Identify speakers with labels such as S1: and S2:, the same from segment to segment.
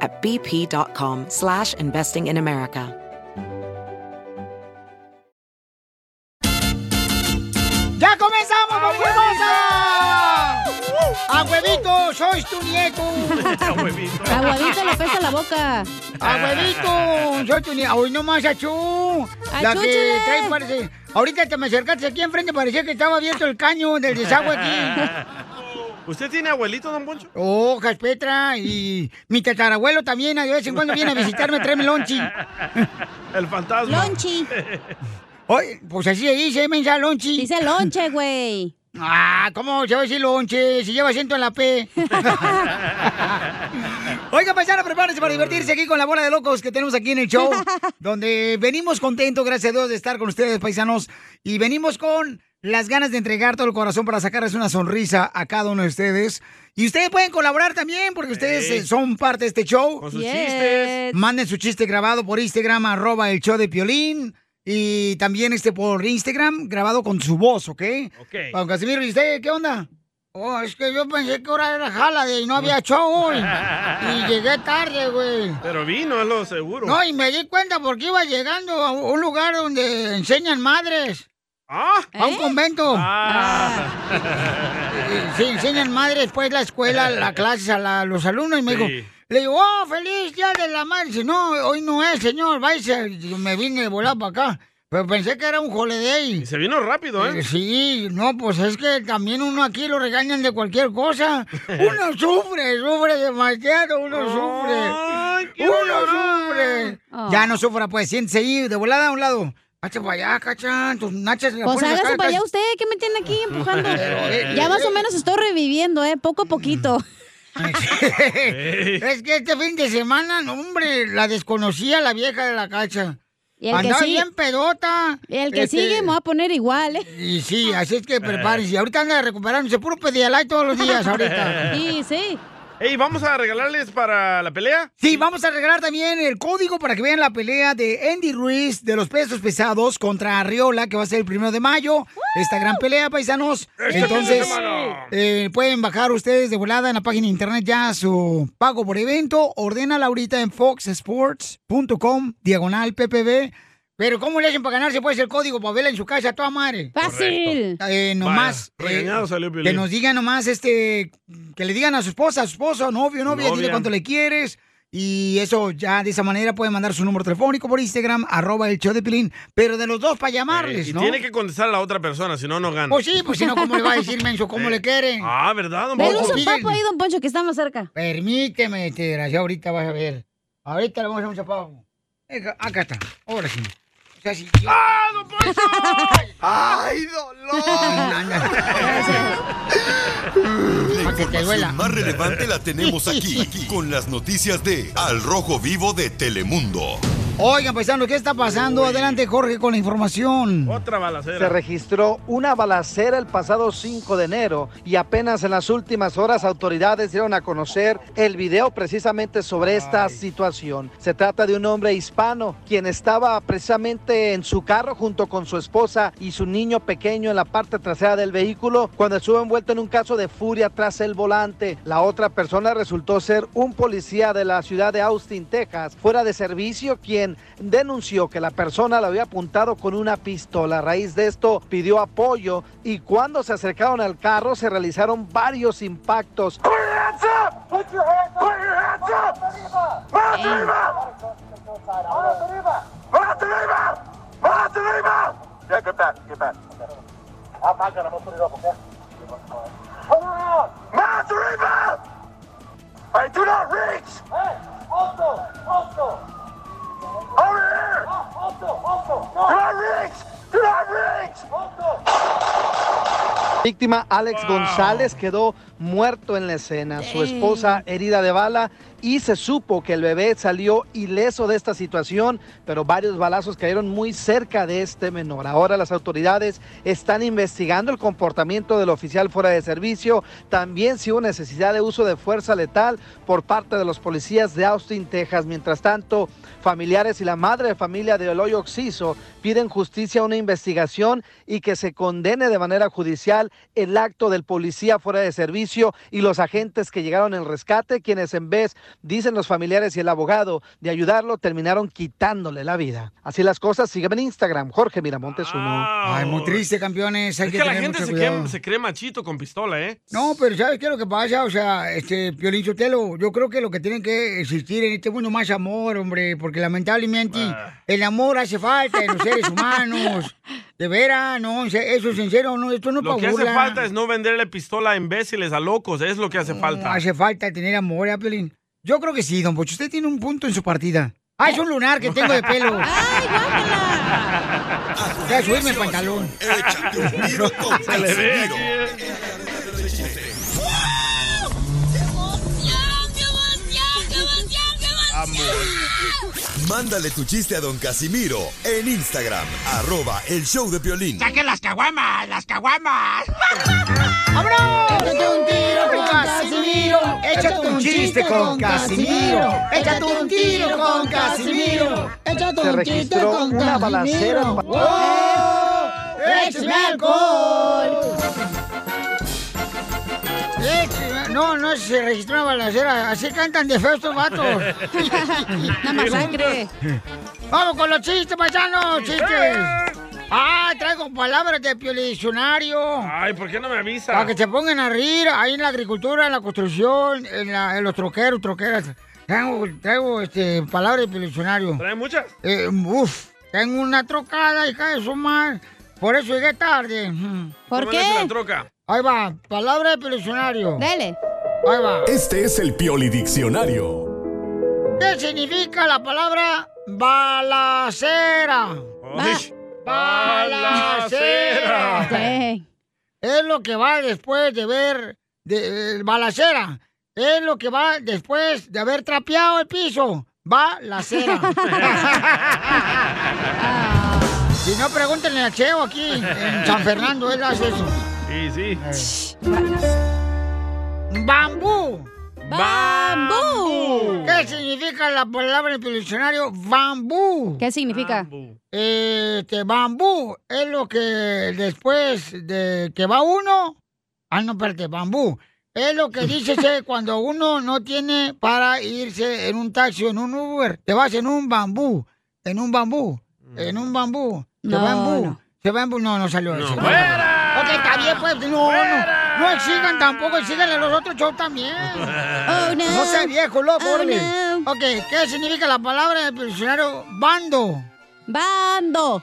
S1: at bp.com slash investing in America.
S2: ¡Ya comenzamos, familia hermosa! ¡Abuelito, soy tu nieto!
S3: Aguadito le pesa la boca.
S2: ¡Abuelito, soy tu nieto! ¡Hoy nomás, achú! La que
S3: Achúchale.
S2: trae parece... Ahorita te me acercaste aquí enfrente, parecía que estaba abierto el caño del desagüe aquí.
S4: ¿Usted tiene abuelito, don Poncho?
S2: Hojas, Petra, y mi tatarabuelo también, de vez en cuando viene a visitarme, tráeme lonchi.
S4: El fantasma.
S3: Lonchi.
S2: Oye, pues así se dice, mensa, lonchi.
S3: Dice lonche, güey.
S2: Ah, ¿cómo se va a decir lonche? Si lleva asiento en la P. Oiga, paisano, prepárense para divertirse aquí con la bola de locos que tenemos aquí en el show. donde venimos contentos, gracias a Dios, de estar con ustedes, paisanos. Y venimos con las ganas de entregar todo el corazón para sacarles una sonrisa a cada uno de ustedes. Y ustedes pueden colaborar también, porque ustedes
S4: Ey.
S2: eh, son parte de este show.
S4: Con sus
S3: Yes.
S4: chistes.
S2: Manden su chiste grabado por Instagram, arroba el show de Piolín. Y también este por Instagram, grabado con su voz, ¿ok?
S4: Ok.
S2: Don Casimiro, ¿y usted qué onda? Oh, es que yo pensé que ahora era jala y no había show hoy. Y llegué tarde, güey.
S4: Pero vino, es lo seguro.
S2: No, y me di cuenta porque iba llegando a un lugar donde enseñan madres.
S4: ¿Ah?
S2: A un convento.
S4: Ah.
S2: Sí, enseñan madres, pues, la escuela, la clases a la- los alumnos. Y me
S4: Sí.
S2: dijo, le digo, oh, feliz día de la madre. Dice, no, hoy no es, señor, váyase. Yo me vine de volar para acá. Pero pensé que era un holiday.
S4: Y se vino rápido,
S2: Eh,
S4: ¿eh?
S2: Sí, no, pues es que también uno aquí lo regañan de cualquier cosa. Uno sufre, sufre demasiado, uno
S4: Ay,
S2: sufre.
S4: quiero
S2: Uno
S4: llorar.
S2: sufre.
S3: Oh.
S2: Ya no sufra, pues, siéntese ahí, de volada a un lado. Hacha para allá, cachan, tus nachas se las
S3: Pues
S2: pones acá,
S3: hágase para allá
S2: cachan.
S3: usted, que me tiene aquí empujando.
S2: Eh, eh,
S3: Ya más
S2: eh.
S3: o menos estoy reviviendo, ¿eh? Poco a poquito.
S4: Ey.
S2: Es que este fin de semana, no, hombre, la desconocía la vieja de la cacha.
S3: Y el que
S2: Andaba
S3: sigue,
S2: bien pedota.
S3: el que
S2: Este,
S3: sigue me va a poner igual, ¿eh?
S2: Y sí, así es que prepárense. Ahorita anda recuperándose, puro pedialay todos los días ahorita.
S3: Sí, sí.
S4: Ey, ¿vamos a regalarles para la pelea?
S2: Sí, vamos a regalar también el código para que vean la pelea de Andy Ruiz de los pesos pesados contra Arriola, que va a ser el primero de mayo. Esta gran pelea, paisanos.
S4: Este
S2: Entonces,
S4: fin de semana.
S2: eh, pueden bajar ustedes de volada en la página de internet ya su pago por evento. Ordénala ahorita en foxsports.com, diagonal PPB. Pero, ¿cómo le hacen para ganarse pues el código para verla en su casa a toda madre?
S3: Fácil.
S2: Eh, nomás.
S4: Vaya,
S2: eh,
S4: regañado salió
S2: que
S4: Piolín.
S2: nos digan nomás, este, que le digan a su esposa, a su esposo, novio, novia,
S4: Novia.
S2: dile cuánto le quieres. Y eso ya de esa manera pueden mandar su número telefónico por Instagram, arroba el show de Pilín, pero de los dos para llamarles,
S4: Ey, Eh, y
S2: ¿no?
S4: tiene que contestar a la otra persona, si no, no gana.
S2: Pues sí, pues si no, ¿cómo le va a decir Menso? ¿Cómo le quiere?
S4: Ah, ¿verdad, don
S3: Ve
S4: Poncho?
S3: un
S2: Ojo,
S3: sopapo
S2: Miguel.
S3: ahí, don Poncho, que está más cerca.
S2: Permíteme, este desgraciado, ahorita vas a ver. Ahorita le vamos a hacer un zapato. Venga, Acá está, ahora sí. O sea, si yo-
S4: ¡Ah, don Poncho!
S5: ¡Ay, dolor!
S2: Anda, para que te duela.
S6: Información más relevante la tenemos aquí, aquí, con las noticias de Al Rojo Vivo de Telemundo.
S2: Oigan, paisano, ¿qué está pasando? Adelante, Jorge, con la información.
S4: Otra
S5: Se
S4: balacera.
S5: registró una balacera el pasado 5 de enero y apenas en las últimas horas autoridades dieron a conocer el video precisamente sobre esta situación. Se trata de un hombre hispano quien estaba precisamente en su carro junto con su esposa y su niño pequeño en la parte trasera del vehículo cuando estuvo envuelto en un caso de furia tras el volante. La otra persona resultó ser un policía de la ciudad de Austin, Texas, fuera de servicio, quien denunció que la persona lo había apuntado con una pistola. A raíz de esto pidió apoyo y cuando se acercaron al carro se realizaron varios impactos.
S3: Eh,
S7: back, get back. Okay. I'm not gonna, I'm gonna put it up, okay? Come on! Mount the river! I do not reach! Hey, also, also! Over here! Also, also! Do not reach! Do not reach!
S5: Víctima Alex González quedó muerto en la escena, su esposa herida de bala y se supo que el bebé salió ileso de esta situación, pero varios balazos cayeron muy cerca de este menor. Ahora las autoridades están investigando el comportamiento del oficial fuera de servicio, también si hubo necesidad de uso de fuerza letal por parte de los policías de Austin, Texas. Mientras tanto, familiares y la madre de familia de Eloy Oxiso piden justicia a una investigación y que se condene de manera judicial el acto del policía fuera de servicio y los agentes que llegaron en rescate, quienes en vez, dicen los familiares y el abogado, de ayudarlo, terminaron quitándole la vida. Así las cosas, sígueme en Instagram, Jorge Miramontes uno.
S2: Ay, muy triste, campeones. Hay
S4: Es
S2: que,
S4: que la
S2: tener
S4: gente
S2: mucho
S4: se
S2: cuidado.
S4: cree, se cree machito con pistola, ¿eh?
S2: No, pero ¿sabes qué es lo que pasa? O sea, este, Piolín Sotelo, yo creo que lo que tiene que existir en este mundo más amor, hombre, porque lamentablemente
S4: Ah.
S2: el amor hace falta en los seres humanos. De veras, no, en se- eso es sincero, no, esto no es
S4: Lo que
S2: para
S4: hace
S2: burla.
S4: falta es no venderle pistola a imbéciles, a locos. Es lo que hace
S2: No,
S4: falta.
S2: hace falta tener amor, ¿eh, Piolín? Yo creo que sí, don Pocho, usted tiene un punto en su partida. Ah, es un lunar que tengo de pelo. Ya, subirme el pantalón.
S6: Échate un tiro con
S4: Se le ve eh.
S6: Casimiro. Mándale tu chiste a don Casimiro en Instagram, arroba el show de violín.
S8: ¡Saquen las caguamas! ¡Las caguamas!
S2: Échate un tiro con Casimiro. Échate un chiste con Casimiro. Échate un tiro con Casimiro. Échate
S5: Se
S2: un chiste
S5: registró
S2: con
S5: una balacera.
S2: Casimiro. ¡Oh! ¡Échame alcohol! Échame- Eh, No, no se registró una balacera. Así cantan de feo estos vatos.
S3: Una masacre.
S2: Vamos con los chistes, paisanos, chistes. Ah, traigo palabras de piolicionario.
S4: Ay, ¿por qué no me avisa?
S2: Para Ah, que se pongan a rir ahí en la agricultura, en la construcción, en, la- en los troqueros, troqueras. Traigo, traigo, este, palabras de diccionario.
S4: ¿Trae muchas?
S2: Eh, uf, tengo una trocada, hija de su madre. Por eso llegué tarde. Ujú.
S3: ¿Por
S4: Tómale la
S3: qué?
S4: troca.
S2: Ahí va, palabra de diccionario.
S3: Dale.
S2: Ahí va.
S9: Este es el Pioli Diccionario.
S2: ¿Qué significa la palabra balacera?
S4: Ay,
S2: Balacera.
S3: Dang.
S2: Es lo que va después de ver de, eh, balacera. Es lo que va después de haber trapeado el piso. Va la cera. si no, pregúntenle a Cheo aquí, en San Fernando, él hace eso.
S4: Sí, sí.
S2: Bambú.
S3: ¡Bambú!
S2: ¿Qué significa la palabra en el diccionario bambú?
S3: ¿Qué significa?
S2: Este, bambú es lo que después de que va uno. Ah, no, espérate, bambú. Es lo que dice cuando uno no tiene para irse en un taxi o en un Uber. Te vas en un bambú. En un bambú. En un bambú. Te
S3: No,
S2: bambú.
S3: no.
S2: Te bambú. No, no salió
S4: No.
S2: eso.
S4: ¡Fuera!
S2: Ok, está bien, pues. No, no. No exigan tampoco, exíganle a los otros shows también.
S3: Oh, no.
S2: No sea viejo, loco,
S3: Oh,
S2: órale.
S3: no.
S2: Ok, ¿qué significa la palabra del diccionario bando?
S3: Bando.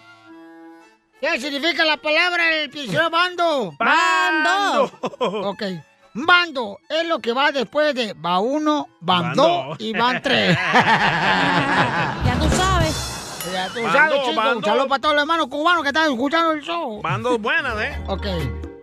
S2: ¿Qué significa la palabra del diccionario bando?
S3: Bando.
S2: Ok. Bando es lo que va después de va uno, van
S4: Bando.
S2: dos y van tres. ya
S3: Ya tú sabes.
S2: tú
S4: Bando,
S2: sabes, chicos.
S4: bando.
S2: Un saludo para todos los hermanos cubanos que están escuchando el show.
S4: Bandos buenas, ¿eh?
S2: Ok.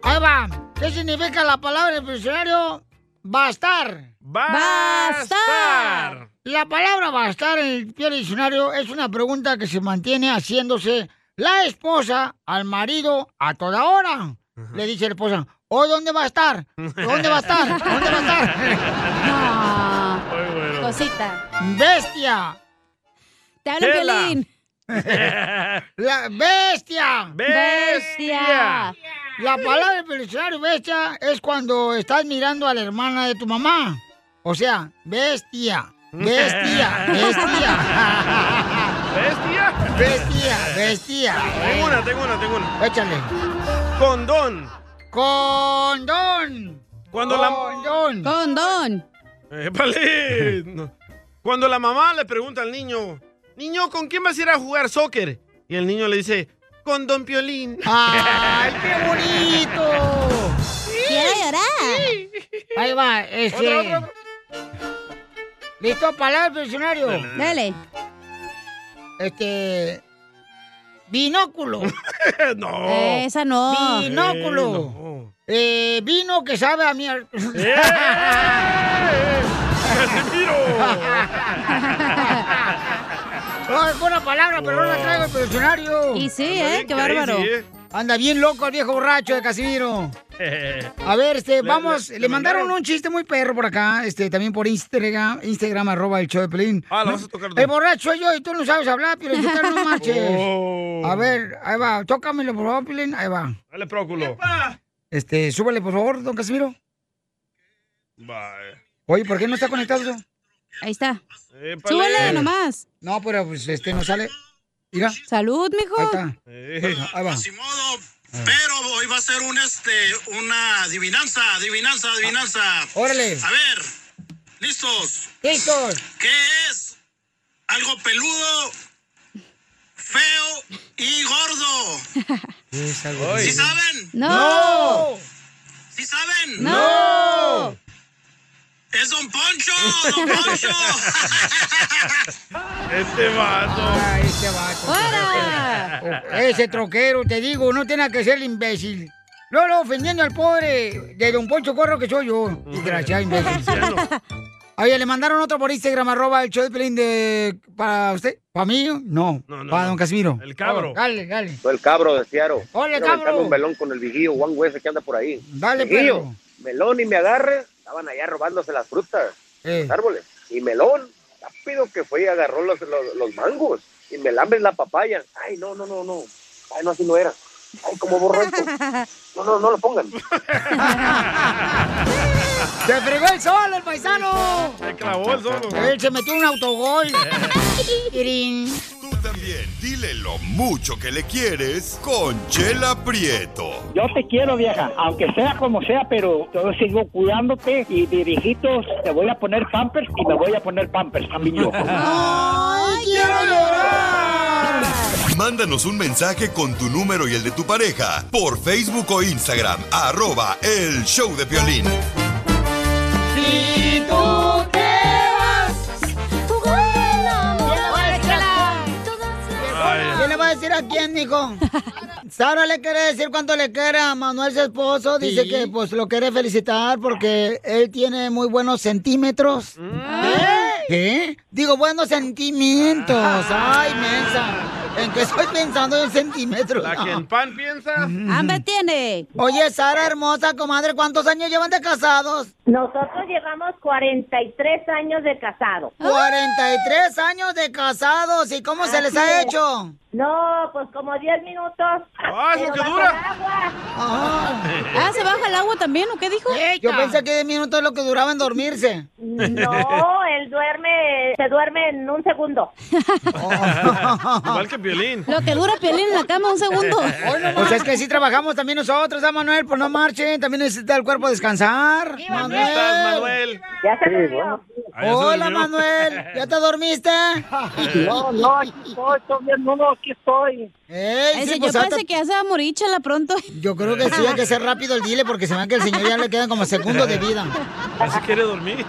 S2: Ahí va. ¿Qué significa la palabra del diccionario bastar?
S4: Bastar.
S2: La palabra bastar en el Piel diccionario es una pregunta que se mantiene haciéndose la esposa al marido a toda hora. Le dice la esposa, ¿hoy dónde va a estar? ¿Dónde va a estar? ¿Dónde va a estar?
S3: No.
S4: Muy bueno.
S3: Cosita.
S2: ¡Bestia!
S3: Te hablo
S4: Chela.
S3: violín.
S2: La bestia.
S4: Bestia.
S2: La palabra del diccionario bestia es cuando estás mirando a la hermana de tu mamá. O sea, bestia. Bestia, bestia.
S4: Bestia.
S2: Bestia, bestia.
S4: Tengo una, tengo una, tengo una.
S2: Échale.
S4: Condón.
S2: Condón.
S4: Cuando la...
S2: Condón.
S3: Condón.
S4: Épale. No. Cuando la mamá le pregunta al niño, niño, ¿con quién vas a ir a jugar soccer? Y el niño le dice,
S10: con Don Piolín.
S2: ¡Ay, qué bonito!
S11: Quiero
S2: llorar. Ahí va, este.
S11: Otro, otro, otro.
S2: ¿Listo? Palabra del diccionario.
S3: Dale.
S2: Este. Binóculo.
S3: No. Eh, esa no.
S2: Binóculo. Eh, vino que sabe a mierda.
S3: ¡Eh!
S11: ¡Casimiro!
S2: No, es buena palabra, pero no la traigo el diccionario.
S3: Y sí, Oh. Anda ¿eh? bien Qué crazy, bárbaro. ¿eh?
S2: Anda bien loco el viejo borracho de Casimiro. A ver, este, vamos, le, mandaron, un chiste muy perro por acá, este, también por Instagram, Instagram, arroba el show de Pelín.
S12: Ah, la vas a tocar tú.
S2: El borracho soy yo y tú no sabes hablar, pero yo no marches.
S12: Oh.
S2: A ver, ahí va, tócamelo, por favor, Pelín, ahí va.
S12: Dale, próculo.
S2: Este, súbale, por favor, don Casimiro.
S12: Bye.
S2: Oye, ¿por qué no está conectado? Eh.
S3: Ahí está.
S12: Épale.
S3: Súbele nomás.
S2: No, pero pues este no sale. Mira.
S3: Salud, mijo.
S2: Ahí está.
S12: Eh.
S2: Ahí va.
S4: Pero hoy va a ser un este una adivinanza, adivinanza, adivinanza.
S2: órale.
S4: A ver. ¿Listos?
S2: Listos.
S4: ¿Qué es? Algo peludo, feo y gordo.
S2: Es
S11: algo
S4: ¿Sí saben?
S11: ¡No!
S4: ¿Sí saben?
S11: ¡No!
S4: Es Don Poncho, Don Poncho.
S12: Este vato.
S2: Ay, este vato.
S3: ¡Fuera!
S2: Ese troquero, te digo, no tiene que ser imbécil. No, no, ofendiendo al pobre de Don Poncho Corro que soy yo. Desgraciado, imbécil. Oye, le mandaron otro por Instagram, arroba el show de Pelín de... ¿Para usted? ¿Para mí? No, para don Casimiro.
S13: El cabro.
S2: dale, dale.
S13: Soy el cabro de Searo.
S2: Hola,
S13: Quiero
S2: cabro.
S13: aventarme un melón con el vigío, Juan Huese que anda por ahí.
S2: Dale,
S13: Vigío,
S2: perro.
S13: melón y me agarre, estaban allá robándose las frutas,
S2: Eh.
S13: los árboles. Y melón, rápido que fue y agarró los, los, los mangos. Y me lambe la papaya. Ay, no, no, no, no. Ay, no, así no era. Ay, como borró esto. No, no, no lo pongan.
S2: ¡Se fregó el sol, el paisano!
S12: Se clavó el solo.
S2: Él se metió un autogol. Tirín.
S6: También dile lo mucho que le quieres con Chela Prieto.
S14: Yo te quiero, vieja, aunque sea como sea, pero yo sigo cuidándote y de viejitos te voy a poner pampers y me voy a poner pampers también yo.
S11: ¡Ay, quiero llorar!
S6: Mándanos un mensaje con tu número y el de tu pareja por Facebook o Instagram, arroba el show de violín.
S11: Si tú te vas, tú
S2: ¿Qué le va a decir a quién, mijo? Sara le quiere decir cuánto le quiere a Manuel, su esposo. Dice que pues lo quiere felicitar porque él tiene muy buenos centímetros.
S12: Mm.
S2: ¿Qué? ¿Qué? Digo, buenos sentimientos. Ay, mensa. ¿En qué estoy pensando en centímetros?
S12: La que en pan piensa.
S2: Hambre tiene. Oye, Sara hermosa, comadre, ¿cuántos años llevan de casados?
S15: Nosotros llevamos 43 años de casado.
S2: 43 años de casados. ¿Y cómo se les
S15: Así
S2: ha
S15: es.
S2: hecho?
S15: No, pues como 10 minutos.
S2: Ah,
S15: Pero bajo el agua.
S3: Ah, ¿se baja el agua también o qué dijo?
S2: Yo pensé que 10 minutos es lo que duraba en dormirse.
S15: No, él duerme, se duerme en un segundo.
S12: Igual que violín.
S3: Lo que dura Piolín en la cama, un segundo.
S2: Pues es que sí trabajamos también nosotros, ¿ah, Manuel? Pues no marchen, también necesita el cuerpo descansar.
S12: ¿Dónde estás, Manuel?
S15: Ya
S2: se durmió.
S12: Ah, ya se
S2: Hola,
S12: durmió.
S2: Manuel. ¿Ya te dormiste?
S12: No, no,
S2: aquí estoy, no, aquí estoy.
S3: Ese, yo pensé que ya se va a morir, chala, pronto.
S2: pues Yo creo que sí, hay que ser rápido el dile porque se ve que el señor ya le quedan como segundos de vida.
S12: Así quiere dormir.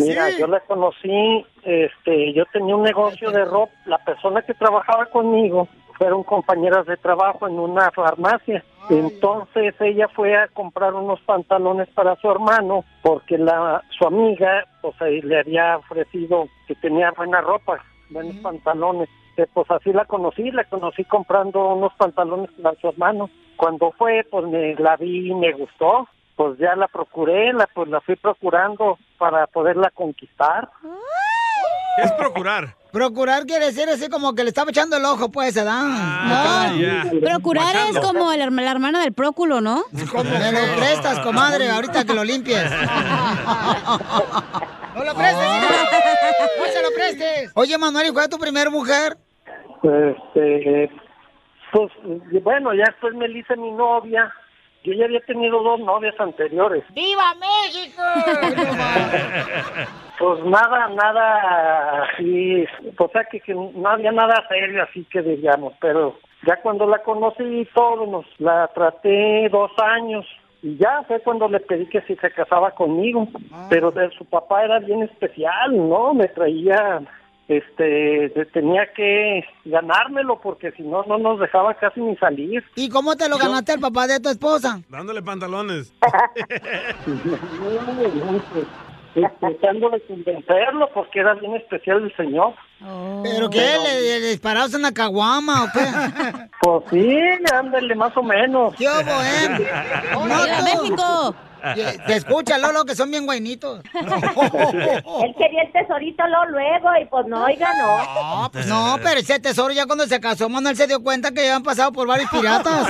S16: Mira, yo la conocí, este, yo tenía un negocio de ropa, la persona que trabajaba conmigo fueron compañeras de trabajo en una farmacia. Entonces ella fue a comprar unos pantalones para su hermano porque la su amiga pues ahí le había ofrecido que tenía buena ropa, buenos pantalones. Eh, pues así la conocí, la conocí comprando unos pantalones para su hermano. Cuando fue, pues me la vi y me gustó. Pues ya la procuré, la pues la fui procurando para poderla conquistar.
S12: Es procurar.
S2: Procurar quiere decir así como que le estaba echando el ojo, pues, ¿verdad?
S3: No,
S12: ya.
S3: procurar
S2: Guachando.
S3: es como el herma- la hermana del próculo, ¿no?
S2: Me lo prestas, comadre, ahorita que lo limpies. ¡No lo prestes! hijo. ¡No se lo prestes! Oye, Manuel, ¿y fue tu primer mujer?
S16: Este, pues bueno, ya después me la hice mi novia Yo ya había tenido dos novias anteriores.
S11: ¡Viva México!
S16: Pues nada, nada así, o sea que, que no había nada serio así que digamos, pero ya cuando la conocí y todo, nos, la traté dos años y ya fue cuando le pedí que si se casaba conmigo,
S2: Ah.
S16: pero de, su papá era bien especial, ¿no? Me traía, este, de- tenía que ganármelo porque si no, no nos dejaba casi ni salir.
S2: ¿Y cómo te lo ganaste al papá de tu esposa?
S4: Dándole pantalones.
S16: Tratando de convencerlo porque era bien especial el señor.
S3: Oh.
S2: ¿Pero qué? ¿Le, le- le disparaste una caguama o qué?
S16: Pues sí, ándale, más o menos.
S2: ¿Qué hubo, eh?
S11: ¡Viva México!
S2: Te te escucha, Lolo, que son bien guainitos.
S15: Él quería el tesorito lo luego y pues no, oiga, no.
S2: No, pues no, pero ese tesoro ya cuando se casó, Manuel se dio cuenta que ya han pasado por varios piratas.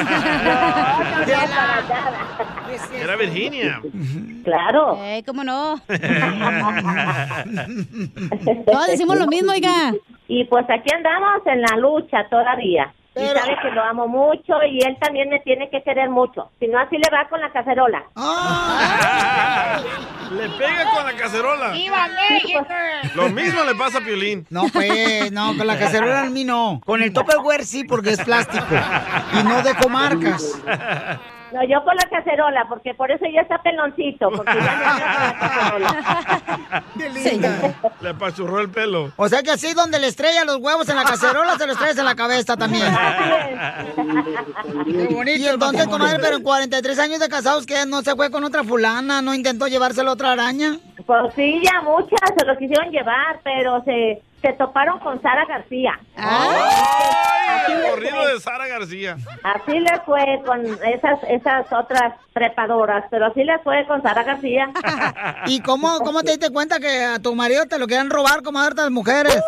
S4: Era Virginia.
S15: Claro.
S3: Eh, ¿cómo no? Todos decimos lo mismo, oiga.
S15: Y pues aquí andamos en la lucha todavía. Y
S3: Pero-
S15: sabe que lo amo mucho y él también me tiene que querer mucho. Si no, así le va con la cacerola.
S2: Ah.
S4: Le pega con la cacerola.
S11: ¡Viva México!
S4: Lo mismo le pasa a Piolín.
S2: No, pues, no, con la cacerola a mí no. Con el Tupperware sí, porque es plástico. Y no dejo marcas.
S15: No, yo con la cacerola, porque por eso ya está peloncito. Porque ya me
S4: Le pachurró el pelo.
S2: O sea que así donde le estrella los huevos en la cacerola, se los traes en la cabeza también. y entonces, comadre, pero en 43 años de casados, que ¿No se fue con otra fulana? ¿No intentó llevárselo otra araña?
S15: Pues sí, ya muchas se lo quisieron llevar, pero se, se toparon con Sara García.
S2: Ah,
S4: El corrido de Sara García.
S15: Así le fue con esas esas otras trepadoras, pero así le fue con Sara García.
S2: ¿Y cómo, cómo te diste cuenta que a tu marido te lo querían robar, comadre, otras mujeres?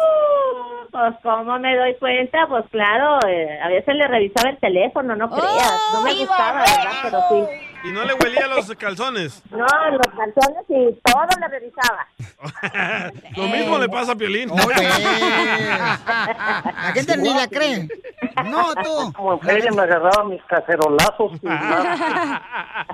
S15: Pues cómo me doy cuenta, pues claro, eh, a veces le revisaba el teléfono, no creas, no me gustaba, ¿verdad? Pero sí.
S4: Y no le huelía los calzones.
S15: No, los canciones y todo le revisaba.
S4: Lo mismo le pasa a Piolín.
S2: La gente ni la cree. No, tú.
S16: Como en feria me agarraba mis cacerolazos. y
S4: Ah.
S16: nada.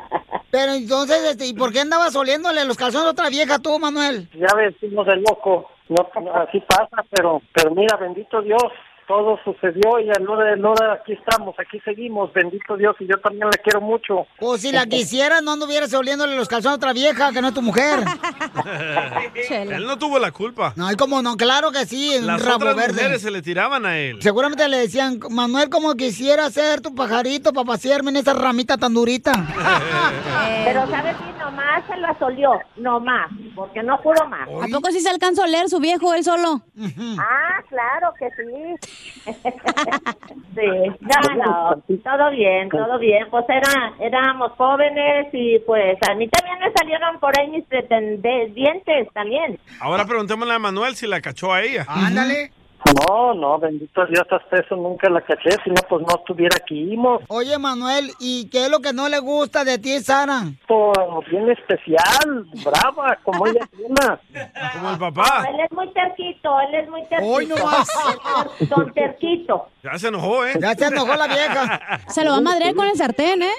S2: Pero entonces, este, ¿y por qué andabas oliéndole los calzones a otra vieja tú, Manuel?
S16: ya ves, hijos de loco. No, así pasa, pero, pero mira, bendito Dios, todo sucedió y a la hora de la hora aquí estamos, aquí seguimos, bendito Dios, y yo también la quiero mucho.
S2: O si la quisieras, no anduvieras oliéndole los calzones a otra vieja que no es tu mujer.
S4: Él no tuvo la culpa.
S2: No, y como no, claro que sí, un
S4: Las
S2: rabo
S4: otras
S2: verde.
S4: mujeres eh. se le tiraban a él.
S2: Seguramente le decían, Manuel, como quisiera ser tu pajarito para pasearme en esa ramita tan durita.
S15: Pero sabes si nomás se lo asolió, nomás, porque no pudo más.
S3: ¿A poco sí se alcanzó a leer su viejo él solo?
S15: Ah, claro que sí. sí, no, no, todo bien, todo bien. Pues era, éramos jóvenes y pues a mí también me salieron por ahí mis pretendientes también.
S4: Ahora preguntémosle a Manuel si la cachó a ella.
S2: Ándale.
S16: No, no, bendito Dios, hasta eso nunca la caché, si no, pues no estuviera aquí, mo.
S2: Oye, Manuel, ¿y qué es lo que no le gusta de ti, Sara?
S16: Por Pues, bien especial, brava, como ella tiene.
S2: Ah,
S4: Como el
S15: No,
S4: papá.
S15: él es muy terquito, él es muy terquito.
S4: Hoy nomás.
S15: Don terquito.
S4: Ya se enojó, ¿eh?
S2: Ya se enojó la
S3: Se lo va a madrear con el sartén, ¿eh?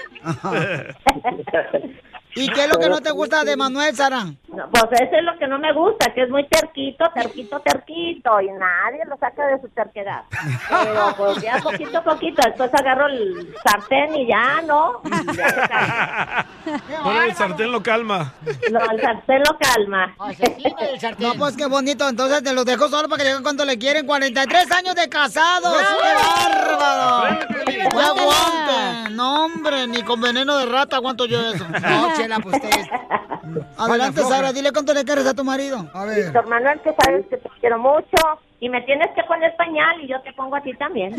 S2: ¿Y qué es lo que no te gusta de Manuel, Sara?
S15: No, Pues eso es lo que no me gusta, que es muy terquito, terquito, terquito, y nadie lo saca de su terquedad. Pero pues ya poquito a poquito, después agarro el sartén y ya, ¿no?
S4: Bueno, el sartén lo calma.
S15: No, el sartén lo calma.
S2: Ah, No, pues qué bonito. Entonces te los dejo solo para que lleguen cuando le quieren. 43 años de casados. ¡Qué bárbaro! No aguanten. No, hombre, ni con veneno de rata aguanto yo eso. No, chela, pues ustedes. Adelante,
S15: floja.
S2: Sara, dile cuánto le quieres a tu marido. A ver.
S15: Víctor Manuel, que sabes que te quiero mucho y me tienes que poner pañal y yo te pongo a ti también.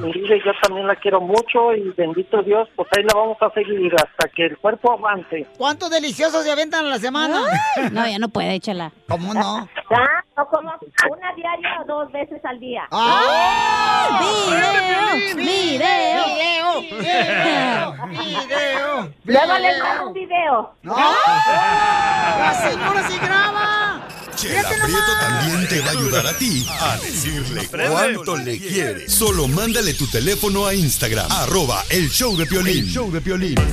S16: Mire, yo también la quiero mucho y bendito Dios, pues ahí la vamos a seguir hasta que el cuerpo avance.
S2: ¿Cuántos deliciosos se aventan a la semana?
S3: No, ya no puede, échala.
S2: ¿Cómo no?
S15: Ah, no como una diaria o dos veces al día.
S2: ¡Ah!
S11: ¡Video! ¡Video!
S2: ¡Video! ¡Video!
S11: Ah.
S15: Luego les mando un video.
S2: ¡No! ¡La señora sí graba!
S6: Chela Prieto también te va a ayudar a ti a decirle cuánto le quieres. Solo mándale tu teléfono a Instagram, arroba el show de Piolín. show de Piolín.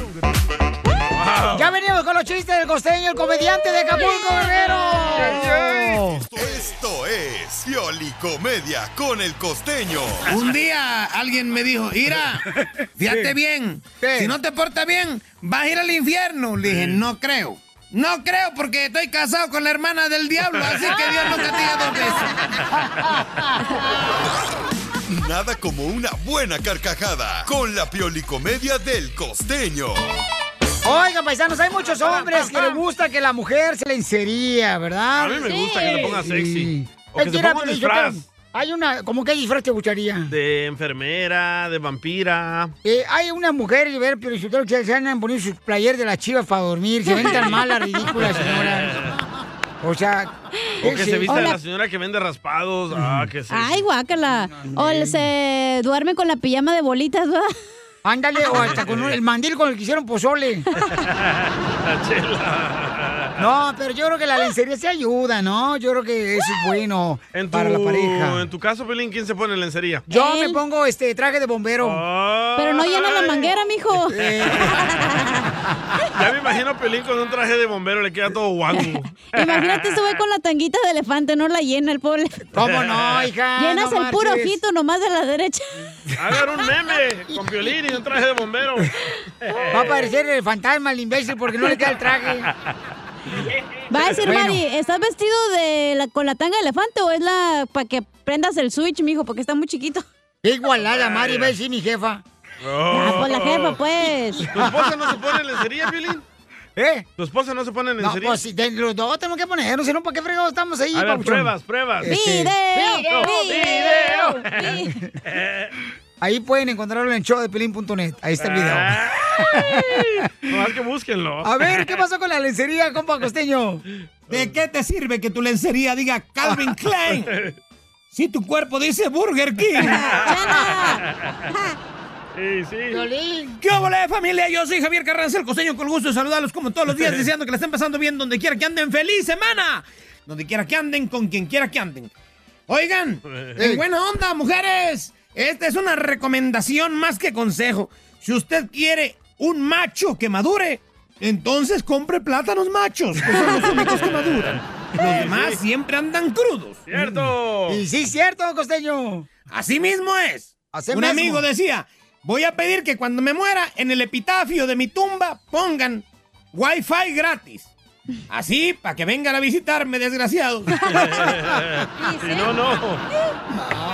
S11: Ya venimos con los chistes del costeño, el comediante de Acapulco, Guerrero.
S6: Esto es Pioli Comedia con el costeño.
S13: Un día alguien me dijo, Ira, fíjate
S6: Sí.
S13: bien, si no te portas bien, vas a ir al infierno. Le dije, no creo. No creo porque estoy casado con la hermana del diablo, así que Dios no castiga dos
S6: Nada como una buena carcajada con la Pioli Comedia del costeño.
S11: Oigan, paisanos, hay muchos hombres que les gusta que la mujer se le encería, ¿verdad?
S4: A mí me gusta que le ponga sexy. O que
S11: Es
S4: se
S11: era,
S4: ponga un
S11: Piolín, yo tengo-
S4: disfraz
S11: Hay una, ¿cómo qué disfraz te gustaría?
S4: de enfermera, de vampira.
S11: Eh, hay unas mujeres, ver, pero si ustedes que se andan poniendo sus playeres de las chivas para dormir, se ven tan malas, ridículas, señora. O sea,
S4: O que
S11: ese-
S4: se vista de
S3: Hola.
S4: la señora que vende raspados. Ah, qué sexy.
S3: Ay, guácala. O el- se duerme con la pijama de bolitas, ¿verdad?
S11: Ándale, o hasta con un- el mandil con el que hicieron pozole.
S4: La chela.
S11: No, pero yo creo que la lencería se ayuda, ¿no? Yo creo que eso es bueno
S4: En tu,
S11: para la
S3: Ah.
S11: pareja.
S4: En tu caso, Pelín, ¿quién se pone lencería?
S11: Yo me pongo este traje de bombero.
S3: Pero no llena la manguera, mijo.
S2: Eh,
S4: Ya me imagino a Pelín con un traje de bombero, le queda todo guango.
S3: Imagínate ese güey con la tanguita de elefante, no la llena el pobre.
S4: ¿Cómo no, hija?
S3: Llenas
S4: No
S3: el puro
S4: marches.
S3: ojito nomás de la derecha.
S4: Hagan un meme con violín y un traje de bombero.
S11: Va a aparecer el fantasma, el imbécil, porque no le queda el traje.
S3: Va a decir,
S11: Bueno.
S3: Mari, ¿estás vestido de la, con la tanga de elefante o es la para que prendas el switch, mijo? Porque está muy chiquito.
S11: Igualada, Mari, va a decir mi jefa.
S4: Oh.
S3: Ah, pues la jefa, pues.
S4: ¿Tu esposa no se pone lencería, Violín?
S11: ¿Eh?
S4: ¿Tu esposa no se pone
S11: No,
S4: lencería?
S11: pues si de- los dos tenemos que ponernos, si no, ¿para qué fregados estamos ahí?
S4: A ver,
S11: papuchón? Este,
S4: pruebas, pruebas.
S13: Este,
S11: Video,
S4: video,
S11: Ahí pueden encontrarlo en showdepelín.net. Ahí está el video.
S4: No, es que búsquenlo.
S11: A ver, ¿qué pasó con la lencería, compa costeño?
S13: ¿De qué te sirve que tu lencería diga Calvin Klein? Si tu cuerpo dice Burger King.
S4: Sí, sí.
S13: ¿Qué hola familia? Yo soy Javier Carranza, el costeño, con el gusto de saludarlos como todos los días, deseando que la estén pasando bien donde quiera que anden. ¡Feliz semana! Donde quiera que anden, con quien quiera que anden. Oigan, en buena onda, mujeres. Esta es una recomendación más que consejo. Si usted quiere un macho que madure, entonces compre plátanos machos, que son los únicos que maduran. Los demás siempre andan crudos.
S4: ¡Cierto!
S11: Y sí, cierto, costeño.
S13: Así mismo es.
S11: Así
S13: Un
S11: mismo.
S13: amigo decía, voy a pedir que cuando me muera, en el epitafio de mi tumba pongan wifi gratis. Así, para que vengan a visitarme, desgraciados.
S4: Eh. Si no, no.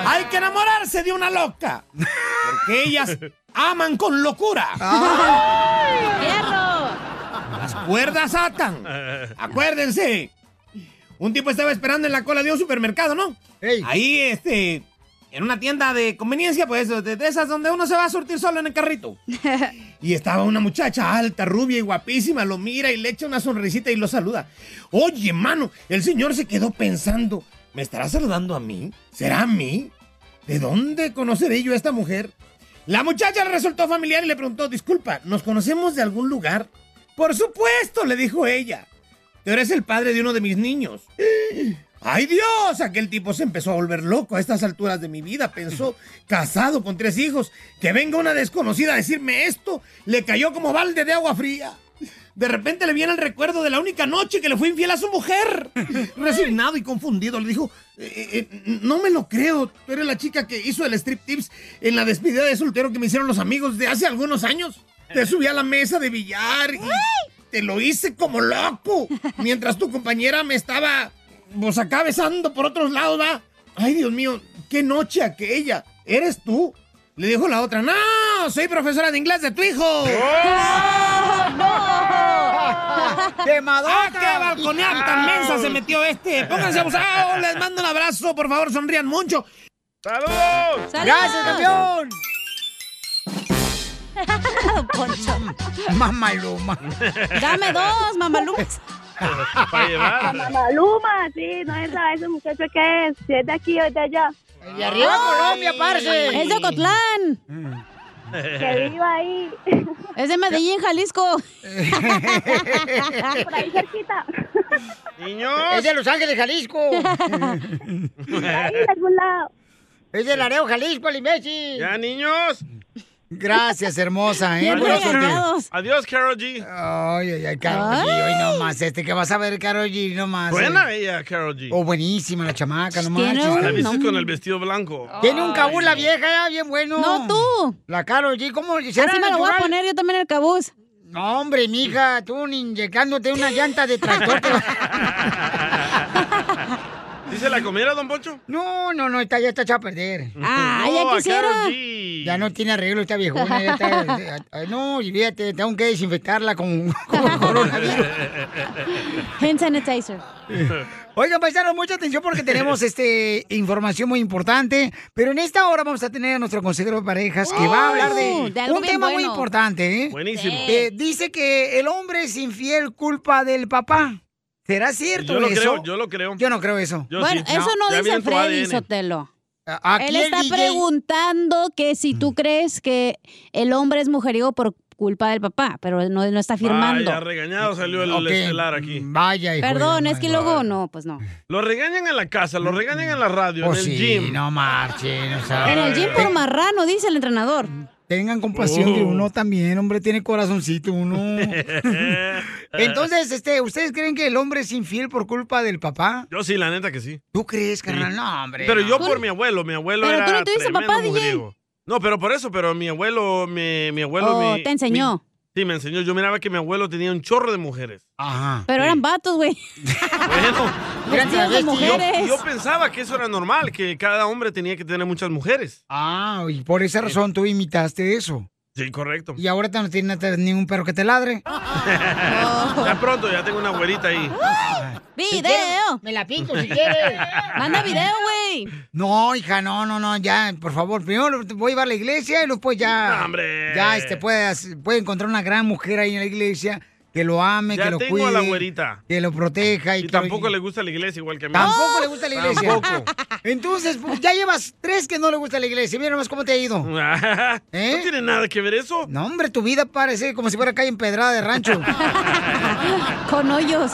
S13: Hay que enamorarse de una loca. Porque ellas aman con locura. Las cuerdas atan. Acuérdense. Un tipo estaba esperando en la cola de un supermercado, ¿no? Ahí, este, en una tienda de conveniencia, pues, de, de esas donde uno se va a surtir solo en el carrito. Y estaba una muchacha alta, rubia y guapísima, lo mira y le echa una sonrisita y lo saluda. Oye, mano, el señor se quedó pensando, ¿me estará saludando a mí? ¿Será a mí? ¿De dónde conoceré yo a esta mujer? La muchacha le resultó familiar y le preguntó, disculpa, ¿nos conocemos de algún lugar? Por supuesto, le dijo ella. Tú eres el padre de uno de mis niños. ¡Ay Dios! Aquel tipo se empezó a volver loco a estas alturas de mi vida. Pensó, casado con tres hijos, que venga una desconocida a decirme esto, le cayó como balde de agua fría. De repente le viene el recuerdo de la única noche que le fue infiel a su mujer. Resignado y confundido, le dijo, "Eh, eh, no me lo creo, tú eres la chica que hizo el strip tips en la despedida de soltero que me hicieron los amigos de hace algunos años. Te subí a la mesa de billar y te lo hice como loco. Mientras tu compañera me estaba pues acá besando por otros lados, va. Ay, Dios mío, qué noche aquella. ¿Eres tú? Le dijo la otra, no, soy profesora de inglés de tu hijo.
S11: ¡No!
S13: ¡Ah, qué balconeada tan mensa se metió este! Pónganse abusados, les mando un abrazo, por favor, sonrían mucho.
S4: ¡Saludos!
S11: ¡Gracias, campeón!
S13: Mamaluma.
S3: Dame dos, Ah, mamalumas.
S4: Para
S17: La
S4: llevar.
S17: Mamaluma, sí, no es la, ese muchacho que es, si es de aquí o es de allá.
S11: Y arriba Colombia, parce.
S3: Es de Ocotlán.
S17: Que viva ahí.
S3: Es de Medellín, Jalisco.
S17: Por ahí cerquita.
S2: Niños. Es de Los Ángeles, Jalisco.
S4: Pues
S2: es de Laredo, Jalisco, el imbécil.
S4: Ya, niños.
S2: Gracias, hermosa, ¿eh?
S4: Adiós,
S2: Por eso te-
S4: Carol. Adiós, Carol G.
S2: Ay, ay, ay, Karol G, hoy no más. Este que vas a ver, Karol G, no más.
S4: Buena
S2: eh.
S4: ella, Carol G.
S2: Oh, buenísima la chamaca, no más.
S4: La viste con el vestido blanco.
S2: Tiene un cabuz la vieja, ya, bien bueno.
S3: No, tú.
S2: La Karol G, ¿cómo? Así
S3: Así me lo voy a poner yo también el cabuz.
S2: No, hombre, mija, tú ni inyectándote una llanta de tractor. te va-
S4: ¿Sí se la comiera, don Poncho?
S2: No, no, no, está, ya está echada a perder.
S4: Ah, No, ya a Karol quisiera. G.
S2: Ya no tiene arreglo esta viejona. Ya está, ay, no, y fíjate, tengo que desinfectarla con, con coronavirus.
S3: Hand sanitizer.
S2: Oigan, paisanos, mucha atención porque tenemos este información muy importante. Pero en esta hora vamos a tener a nuestro consejero de parejas que va a hablar de,
S3: Oh, de algo
S2: un
S3: bien
S2: tema muy
S3: bueno.
S2: importante. ¿eh?
S4: Buenísimo. Sí.
S2: Eh, dice que el hombre es infiel culpa del papá. ¿Será cierto
S4: Yo lo
S2: eso?
S4: creo, yo lo creo.
S2: Yo no creo eso.
S3: bueno, eso no, dice Freddy Sotelo. Él está preguntando que si
S2: Mm.
S3: tú crees que el hombre es mujeriego por culpa del papá, pero no, no está afirmando.
S4: Vaya, Ah, regañado salió el
S2: Ok.
S4: estelar aquí.
S2: Vaya,
S3: Perdón, es que luego no, pues no.
S4: Lo regañan en la casa, lo regañan en la radio,
S2: Pues
S4: en el
S2: sí,
S4: gym.
S2: no marchen, o sea.
S3: En el gym por marrano, dice el entrenador.
S2: Tengan compasión
S4: Oh.
S2: de uno también, hombre, tiene corazoncito uno. Entonces, este, ¿ustedes creen que el hombre es infiel por culpa del papá?
S4: Yo sí, la neta que sí.
S2: ¿Tú crees, carnal?
S4: Sí.
S2: No, hombre.
S4: Pero
S2: no.
S4: yo por mi abuelo, mi abuelo
S2: Pero
S4: era
S2: tú no tuviste
S4: tremendo
S2: papá, DJ.
S4: mujeriego. No, pero por eso, pero mi abuelo, mi, mi abuelo...
S3: Oh,
S4: mi-
S3: te enseñó.
S4: mi- sí, me enseñó. Yo miraba que mi abuelo tenía un chorro de mujeres.
S2: Ajá.
S3: Pero eran vatos, güey.
S4: Bueno.
S3: Eran Vestidos de mujeres.
S4: Yo, yo pensaba que eso era normal, que cada hombre tenía que tener muchas mujeres.
S2: Ah, y por esa razón tú imitaste eso.
S4: Sí, correcto.
S2: Y ahora no tienes ningún perro que te ladre.
S4: ya pronto, ya tengo una güerita ahí.
S3: ¡Video!
S2: Ah, Me la pinto si quieres.
S3: Manda video, güey.
S2: No, hija, no, no, no, ya, por favor. Primero te voy a llevar a la iglesia y después ya.
S4: No, hombre.
S2: Ya, este, puedes, puede encontrar una gran mujer ahí en la iglesia que lo ame,
S4: Ya
S2: que lo
S4: tengo
S2: cuide.
S4: a la güerita.
S2: Que lo proteja y,
S4: Y
S2: que lo-
S4: tampoco le gusta la iglesia igual que a mí.
S2: Tampoco le gusta la iglesia.
S4: Tampoco.
S2: Entonces, pues, ya llevas tres que no le gusta la iglesia. Mira nomás cómo te ha ido.
S4: Mm.
S2: ¿Eh?
S4: No tiene nada que ver eso.
S2: No, hombre, tu vida parece como si fuera calle empedrada de rancho.
S3: Con hoyos.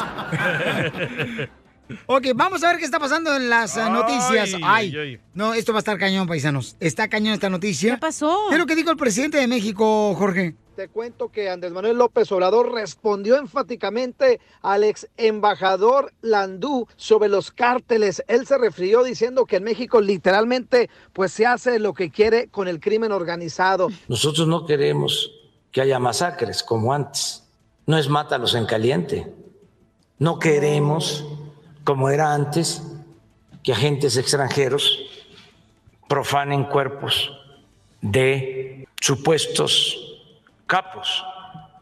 S2: Ok, vamos a ver qué está pasando en las eh,
S4: Ay,
S2: noticias. Ay,
S4: ay, ay.
S2: no, esto va a estar cañón, paisanos. Está cañón esta noticia. ¿Qué
S3: pasó?
S2: ¿Qué es lo que dijo el presidente de México, Jorge?
S5: Te cuento que Andrés Manuel López Obrador respondió enfáticamente al ex embajador Landú sobre los cárteles. Él se refirió diciendo que en México literalmente pues se hace lo que quiere con el crimen organizado.
S8: Nosotros no queremos que haya masacres como antes. No es mátalos en caliente. No queremos, como era antes, que agentes extranjeros profanen cuerpos de supuestos capos.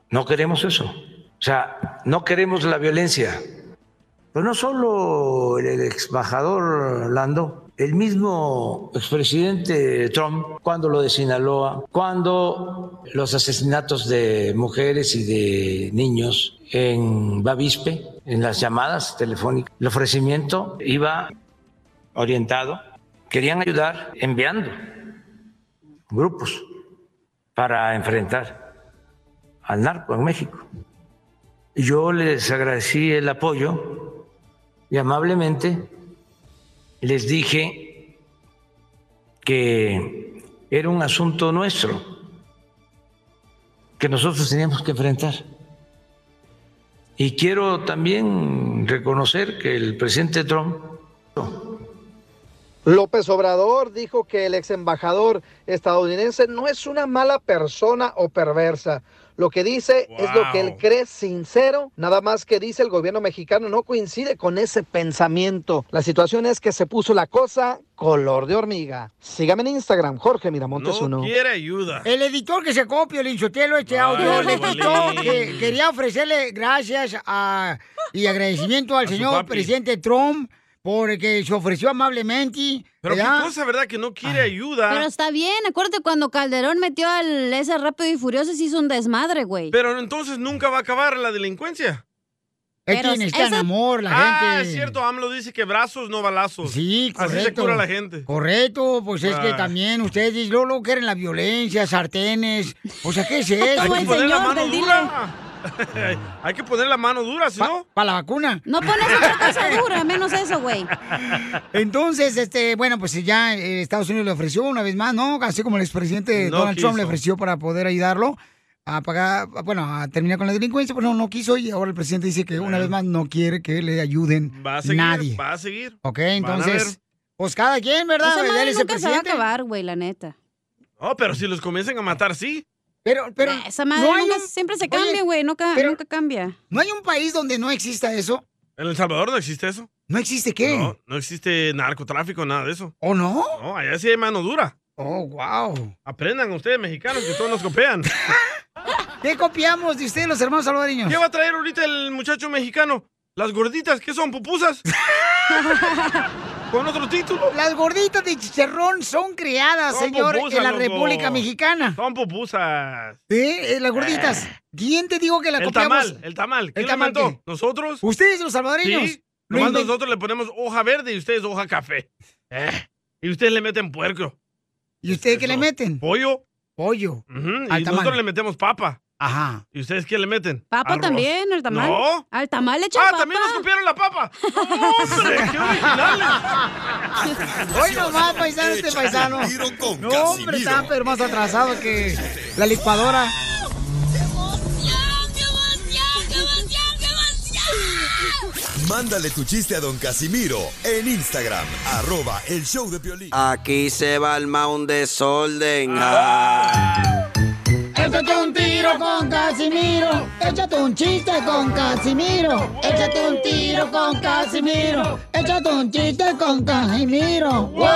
S8: No queremos eso. O sea, no queremos la violencia. Pero no solo el ex embajador Lando, el mismo expresidente Trump, cuando lo de Sinaloa, cuando los asesinatos de mujeres y de niños en Bavispe, en las llamadas telefónicas, el ofrecimiento iba orientado, querían ayudar enviando grupos para enfrentar al narco en México. Yo les agradecí el apoyo y amablemente les dije que era un asunto nuestro, que nosotros teníamos que enfrentar. Y quiero también reconocer que el presidente Trump
S5: López Obrador dijo que el ex embajador estadounidense no es una mala persona o perversa. Lo que dice es lo que él cree sincero, nada más que dice el gobierno mexicano no coincide con ese pensamiento. La situación es que se puso la cosa color de hormiga. Sígame en Instagram, Jorge Miramontes
S4: No
S5: uno.
S4: quiere ayuda.
S2: El editor que se copió, el Inchotelo, este
S4: Ay,
S2: audio, le
S4: Piolín.
S2: quitó que quería ofrecerle gracias a- y agradecimiento al
S4: su
S2: señor
S4: papi.
S2: presidente Trump porque se ofreció amablemente.
S4: Pero qué
S2: ¿verdad?
S4: cosa, ¿verdad? Que no quiere ayuda.
S3: Pero está bien, acuérdate cuando Calderón metió al ese rápido y furioso se hizo un desmadre, güey.
S4: Pero entonces nunca va a acabar la delincuencia.
S2: Es
S3: Pero
S2: que necesitan
S3: esa-
S2: amor, la
S4: ah,
S2: gente.
S4: es cierto, AMLO dice que brazos, no balazos.
S2: Sí, correcto.
S4: Así se cura la gente.
S2: Correcto, pues es que
S4: Ah.
S2: también ustedes luego, luego quieren la violencia, sartenes. O sea, ¿qué es eso?
S4: Como el Hay que poner la señor mano del dile. dura. Hay que poner la mano dura, si no.
S2: Para la vacuna.
S3: No pones otra cosa dura, menos eso, güey.
S2: Entonces, este, bueno, pues ya eh, Estados Unidos le ofreció una vez más, ¿no? Así como el expresidente
S4: No
S2: Donald Trump le
S4: quiso.
S2: ofreció para poder ayudarlo a pagar, a- bueno, a terminar con la delincuencia, pero no, no quiso y ahora el presidente dice que una vez más no quiere que le ayuden
S4: Eh. Va a seguir,
S2: nadie.
S4: va a seguir.
S2: Ok,
S4: Van a
S2: entonces,
S4: ver.
S2: pues cada quien, ¿verdad?
S3: Esa
S2: Él
S3: madre
S2: es el
S3: nunca se va a
S2: presidente.
S3: acabar, güey, la neta.
S4: No, Oh, pero si los comiencen a matar, sí.
S2: Pero, pero.
S3: Esa madre
S2: no hay
S3: nunca-
S2: un-
S3: siempre se
S2: Oye,
S3: cambia, güey, nunca,
S2: pero-
S3: nunca cambia.
S2: ¿No hay un país donde no exista eso?
S4: ¿En El Salvador no existe eso?
S2: ¿No existe qué?
S4: No, no existe narcotráfico, nada de eso.
S2: ¿O no?
S4: No, allá sí hay mano dura.
S2: Oh, wow.
S4: Aprendan ustedes, mexicanos, que todos nos copian.
S2: ¿Qué copiamos de ustedes, los hermanos salvadoreños?
S4: ¿Qué va a traer ahorita el muchacho mexicano? ¿Las gorditas qué son? ¿Pupusas? ¿Con otro título?
S2: Las gorditas de chicharrón son creadas,
S4: Son
S2: señor,
S4: pupusas,
S2: en la
S4: loco.
S2: República Mexicana.
S4: Son pupusas. Ah.
S2: ¿Sí? eh, Las gorditas. ¿Quién te digo que la
S4: El
S2: copiamos?
S4: tamal, el tamal.
S2: ¿El
S4: ¿Quién lo
S2: tamal
S4: inventó?
S2: qué?
S4: ¿Nosotros?
S2: ¿Ustedes, los salvadoreños?
S4: Sí.
S2: Lo
S4: Nomás
S2: inven-
S4: nosotros le ponemos hoja verde y ustedes hoja café. Eh, Y ustedes le meten puerco.
S2: ¿Y ustedes qué le meten?
S4: Pollo.
S2: Pollo.
S4: Ujú, Y
S2: Al
S4: nosotros
S2: tamal.
S4: le metemos papa.
S2: Ajá.
S4: ¿Y ustedes qué le meten?
S3: Papa
S4: Arroz.
S3: también, el tamal.
S4: No.
S3: Al tamal le echan
S4: Ah,
S3: papa.
S4: también nos copiaron la papa. ¡Hombre, qué originales!
S2: Hoy nomás, paisano, este
S7: Échale
S2: paisano.
S7: un tiro con
S2: No,
S7: Casimiro.
S2: hombre, está pero más atrasado que la licuadora.
S6: Mándale tu chiste a don Casimiro en Instagram, arroba el show de Piolín.
S18: Aquí se va el mound desorden.
S4: Ah.
S18: Ah.
S11: Échate un tiro con Casimiro. Échate un chiste con Casimiro. Échate un tiro con Casimiro. Échate un chiste con Casimiro. ¡Wow!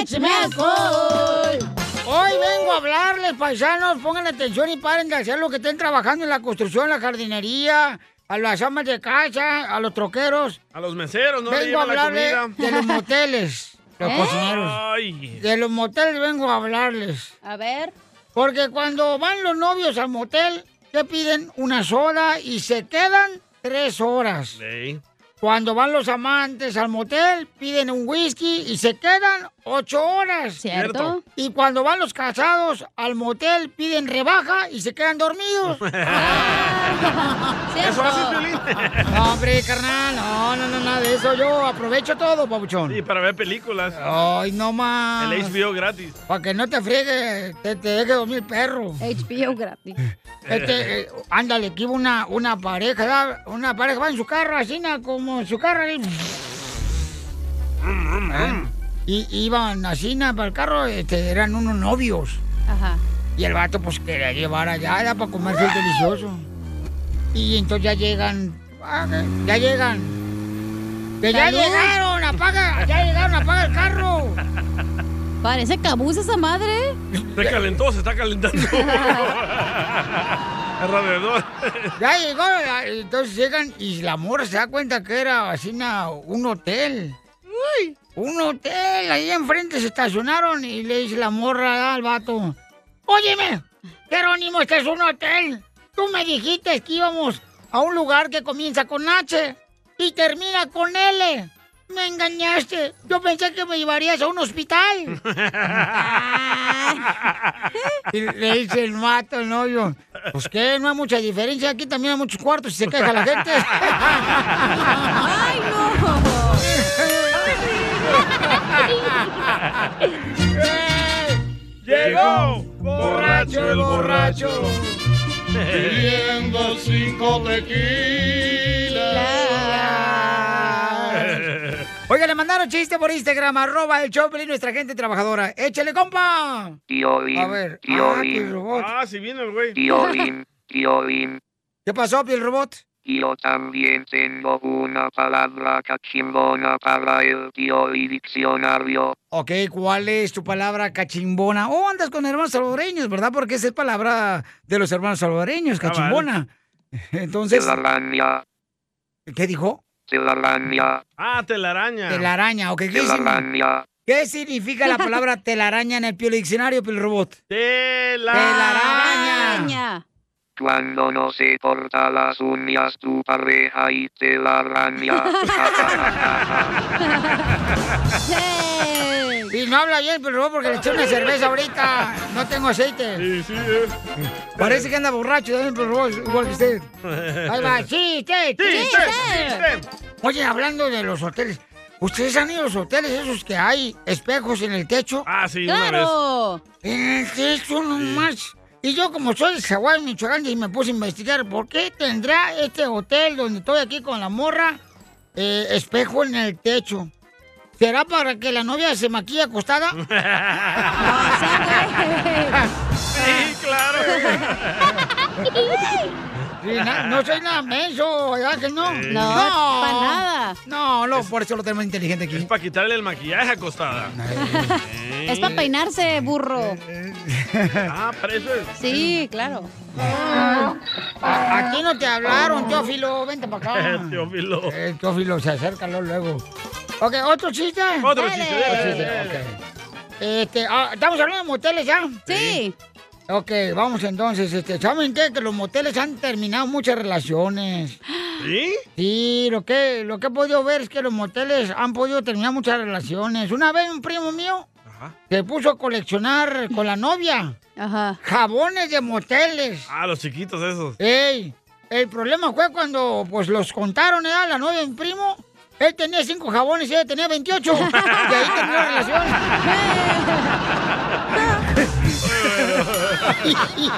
S11: ¡Échame alcohol!
S2: Hoy vengo a hablarles, paisanos. Pongan atención y paren de hacer lo que estén trabajando en la construcción, la jardinería, a las amas de casa, a los troqueros.
S4: A los meseros, ¿no? le
S2: vengo a
S4: llevan la
S2: hablarles
S4: comida.
S2: de los moteles, los
S4: ¿Eh?
S2: cocineros.
S4: Ay.
S2: De los moteles vengo a hablarles.
S3: A ver.
S2: Porque cuando van los novios al motel, te piden una soda y se quedan tres horas.
S4: Ey.
S2: Cuando van los amantes al motel, piden un whisky y se quedan ocho horas.
S3: Cierto.
S2: Y cuando van los casados al motel, piden rebaja y se quedan dormidos.
S7: ¿Eso haces, Piolín?
S2: No, hombre, carnal, no, no, no, nada de eso. Yo aprovecho todo, papuchón.
S4: Y para ver películas.
S2: Ay, no más.
S4: El HBO gratis.
S2: Para que no te friegue, te, te deje dormir el perro.
S3: HBO gratis.
S2: Este, eh, ándale, aquí hubo una, una pareja, ¿verdad? una pareja va en su carro, así na, como en su carro. ahí. ¿Eh? Y iban así na, para el carro, este, eran unos novios.
S3: Ajá.
S2: Y el vato pues quería llevar allá era para comerse el delicioso. Y entonces ya llegan, ah, que- ya llegan. Que ya
S3: Salud.
S2: llegaron, apaga, ya llegaron, apaga el carro.
S3: Parece cabuz esa madre.
S4: Se calentó, se está calentando. Alrededor.
S2: Ya llegó, ya- entonces llegan y la morra se da cuenta que era así na- un hotel. Un hotel, ahí enfrente se estacionaron y le dice la morra al vato. Óyeme, Jerónimo, este es un hotel. Tú me dijiste que íbamos a un lugar que comienza con H y termina con L. Me engañaste. Yo pensé que me llevarías a un hospital. Y le dice el mato al novio. Pues que no hay mucha diferencia. Aquí también hay muchos cuartos y se queja la gente.
S7: ¡Ay, no!
S4: Llegó
S7: borracho el borracho pidiendo cinco tequilas.
S2: Oiga, le mandaron chiste por Instagram, arroba el Choplin, nuestra gente trabajadora. ¡Échale, compa!
S7: Tío Bim,
S2: A ver.
S7: tío
S2: ah,
S7: Bim.
S2: Piel Robot.
S4: Ah, sí vino el güey.
S7: Tío Bim, tío Bim,
S2: ¿Qué pasó, Piel Robot?
S7: yo también tengo una palabra cachimbona para el tío y diccionario.
S2: Ok, ¿cuál es tu palabra cachimbona? Oh, andas con hermanos salvadoreños, ¿verdad? Porque esa es palabra de los hermanos salvadoreños, cachimbona. Entonces,
S18: Telaraña,
S2: ¿qué dijo?
S18: telaraña,
S4: Ah, telaraña.
S2: Telaraña, ok. ¿Qué, significa,
S18: telaraña.
S2: ¿Qué significa la palabra telaraña en el Piel Diccionario, Piel Robot?
S3: Araña.
S18: Cuando no se corta las uñas tu pareja y telaraña.
S3: Hey.
S2: Y no habla bien, pero no, porque le eché una cerveza ahorita. No tengo aceite. Sí, sí, eh. Parece que anda borracho también, pero igual que usted. Ahí va, chiste, chiste. Oye, hablando de los hoteles. ¿Ustedes han ido a los hoteles esos que hay espejos en el techo?
S4: Ah, sí, una
S2: ¡Claro! En el techo nomás. Y yo, como soy de Zaguay, Michoacán, y me puse a investigar por qué tendrá este hotel donde estoy aquí con la morra eh, espejo en el techo. ¿Será para que la novia se maquille acostada?
S4: sí, claro.
S2: Sí, na- no soy nada menso, ¿verdad que no?
S4: Sí.
S3: No, para nada.
S2: No, no, por eso lo tenemos inteligente aquí.
S4: Es para quitarle el maquillaje acostada.
S3: Es para peinarse, burro.
S4: Ah, para eso es.
S3: Sí, claro.
S2: A- Ah, aquí no te hablaron, Teófilo, vente para acá.
S4: Teófilo.
S2: Eh, Teófilo, se acércalo luego. Ok, ¿otro chiste?
S4: Otro chiste, dale,
S2: Otro
S4: dale,
S2: chiste,
S4: dale.
S2: ok. Este, ah, ¿estamos hablando de moteles ya? Sí. Ok, vamos entonces, este, ¿saben qué? Que los moteles han terminado muchas relaciones.
S4: ¿Sí?
S2: Sí, lo que, lo que he podido ver es que los moteles han podido terminar muchas relaciones. Una vez un primo mío se puso a coleccionar con la novia jabones de moteles.
S4: Ah, los chiquitos esos.
S2: Ey, el problema fue cuando pues los contaron, ¿eh? La novia de mi primo. Él tenía cinco jabones y ella tenía 28. y ahí terminó la relación.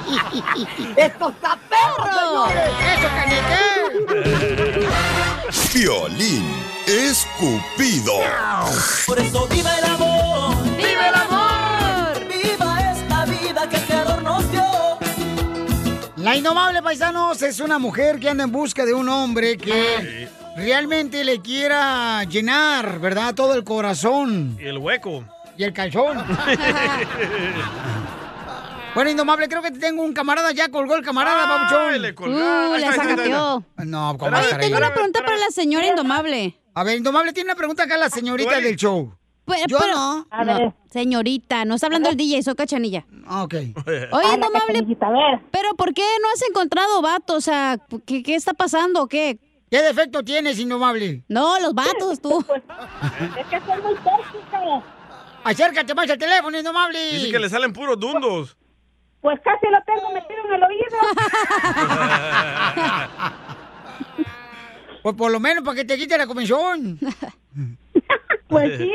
S2: ¡Esto está perro! ¡Eso, caneté!
S6: Violín escupido.
S19: Por eso viva el amor.
S2: ¡Viva el amor!
S19: ¡Viva esta vida que el creador nos dio!
S2: La indomable, paisanos, es una mujer que anda en busca de un hombre que realmente le quiera llenar, ¿verdad? Todo el corazón
S4: Y el hueco.
S2: y el calzón. Bueno, Indomable, creo que tengo un camarada. Ya colgó el camarada, Pabuchón.
S4: le
S3: colgaron. Uh, Ahí la está, ahí está, ahí está. sacateó.
S2: No, ¿cómo va a
S3: Oye,
S2: estar ahí?
S3: tengo una pregunta para la señora Indomable.
S2: A ver, Indomable tiene una pregunta acá la señorita del show.
S3: Pues,
S2: Yo
S3: pero-
S2: no.
S3: no, Señorita, no está hablando el DJ, soy cachanilla.
S2: Ok.
S3: Oye, Indomable, pero ¿por qué no has encontrado vatos? O sea, ¿qué, qué está pasando? o ¿Qué?
S2: ¿Qué defecto tienes, Indomable?
S3: No, los vatos, tú.
S2: Es que soy muy tóxico. Acércate más al teléfono, Indomable.
S4: Dice que le salen puros dundos.
S2: Pues casi lo tengo metido en el oído. pues por lo menos para que te quite la comisión.
S4: Pues sí.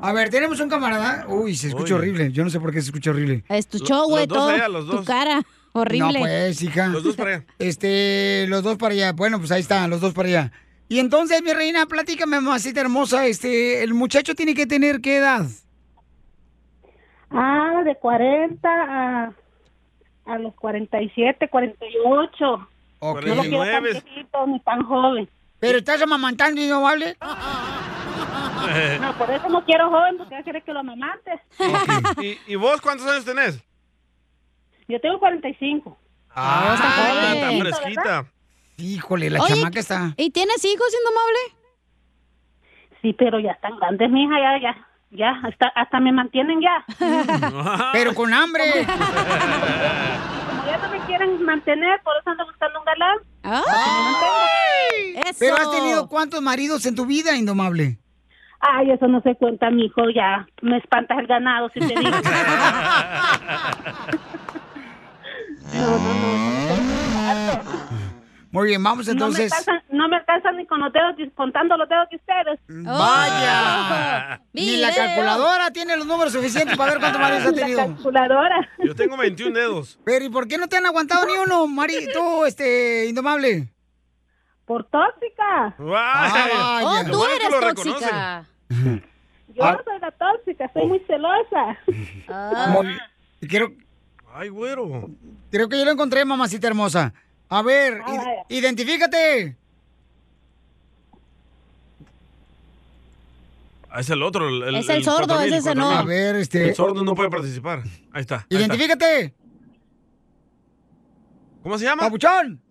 S2: A ver, tenemos un camarada. Uy, se escucha
S4: Uy.
S2: horrible. Yo no sé por qué se escucha horrible.
S3: Es tu
S2: Lo-
S3: show, güey,
S2: los dos
S3: todo.
S2: allá, los
S3: Tu
S2: dos.
S3: cara, horrible.
S2: No, pues, hija. Los
S4: dos para allá.
S2: Este, los dos para allá. Bueno, pues ahí están, los dos para allá. Y entonces, mi reina, platícame, mamacita hermosa, este, el muchacho tiene que tener qué edad?
S17: Ah, de 40 a, a los 47, 48.
S2: Ok.
S17: No lo quiero tan viejito ni tan joven.
S2: Pero estás amamantando y no vale.
S17: No, por eso no quiero joven, porque quiere que lo amamantes.
S4: ¿Y, y vos cuántos años tenés?
S17: Yo tengo 45.
S4: Ah,
S3: joven.
S4: tan
S3: Chiquito,
S4: fresquita.
S2: Híjole, la
S3: Oye,
S2: chamaca está.
S3: ¿Y tienes hijos, Indomable?
S17: Sí, pero ya están grandes, mija, ya, ya. Ya, hasta, hasta me mantienen ya.
S2: Pero con hambre.
S17: Como ya no me quieren mantener, por eso ando buscando un galán.
S2: Ah. ¡Ay! Pero has tenido cuántos maridos en tu vida, Indomable.
S17: Ay, eso no se cuenta, mijo, ya. Me espantas el ganado, si te digo.
S2: Muy bien, Mm. vamos entonces.
S17: No me alcanzan, no me alcanzan ni con los dedos, dis- contando los dedos de ustedes.
S11: Oh.
S2: Vaya. Ni la calculadora tiene los números suficientes para ver cuántos maridos ha
S17: Ni la
S2: tenido.
S17: calculadora.
S4: Yo tengo 21 dedos.
S2: Pero ¿y por qué no te han aguantado ni uno, Mari, tú, este, Indomable?
S17: Por tóxica.
S4: Ah,
S2: vaya.
S4: Oh, tú Lo bueno que eres lo tóxica. reconocen.
S17: Yo
S2: Ah. Oh.
S17: no soy la tóxica, soy muy celosa.
S2: Muy- Creo,
S4: Ay, güero.
S2: creo que yo lo encontré, mamacita hermosa. A ver, id- identifícate.
S4: Ah, Es el otro. El,
S2: Es el sordo,
S4: 4000,
S2: ese es el
S4: 4000.
S2: no. A ver, este-
S4: El sordo no puede participar. Ahí está. ahí está.
S2: Identifícate.
S4: ¿Cómo se llama?
S2: Papuchón.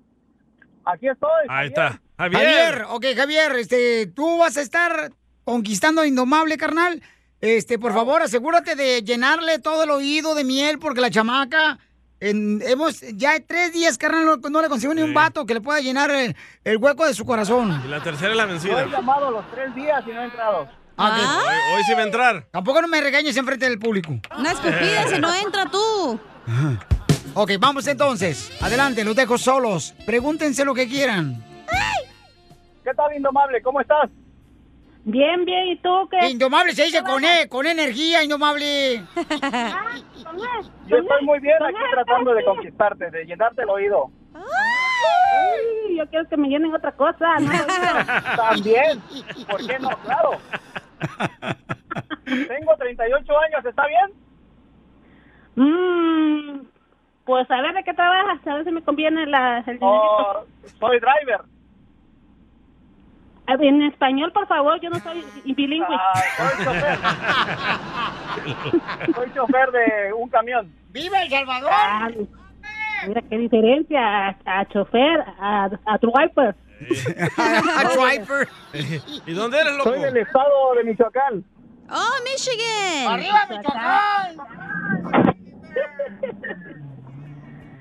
S17: Aquí estoy.
S4: Ahí está. Javier.
S2: Javier, ok, Javier, este, tú vas a estar conquistando a Indomable, carnal. Este, por favor, asegúrate de llenarle todo el oído de miel, porque la chamaca, en- hemos, ya tres días, carnal, no, no le consigo ni un vato que le pueda llenar el, el hueco de su corazón.
S4: Y la tercera es la
S14: Yo he
S4: vencida.
S14: llamado los tres días y no he entrado.
S4: Hoy, hoy sí va a entrar.
S2: Ah. Tampoco no me regañes enfrente del público.
S3: Una escupida si no entra tú.
S2: Ok, vamos entonces. Adelante, los dejo solos. Pregúntense lo que quieran.
S14: ¿Qué tal, Indomable? ¿Cómo estás?
S17: Bien, bien, ¿y tú qué?
S2: Indomable se dice con E, con energía, Indomable.
S14: Yo estoy muy bien aquí tratando de conquistarte, de llenarte el oído.
S17: Ay, yo quiero que me llenen otra cosa, ¿no?
S14: También, ¿por qué no? Claro. Tengo 38 años, ¿está bien?
S17: Mm, pues a ver de qué trabajas, a ver si me conviene la, el dinerito.
S14: Oh, soy driver.
S17: A ver, En español, por favor, yo no soy bilingüe.
S14: Ah, soy chofer. soy chofer de un camión.
S2: ¡Viva El Salvador!
S17: Ah, mira qué diferencia a, a chofer, a, a pues. driver.
S2: A driver.
S4: ¿Y dónde eres, loco?
S14: Soy del estado de Michoacán.
S2: Ah,
S3: ¡Oh, Michigan!
S2: ¡Arriba, Michoacán!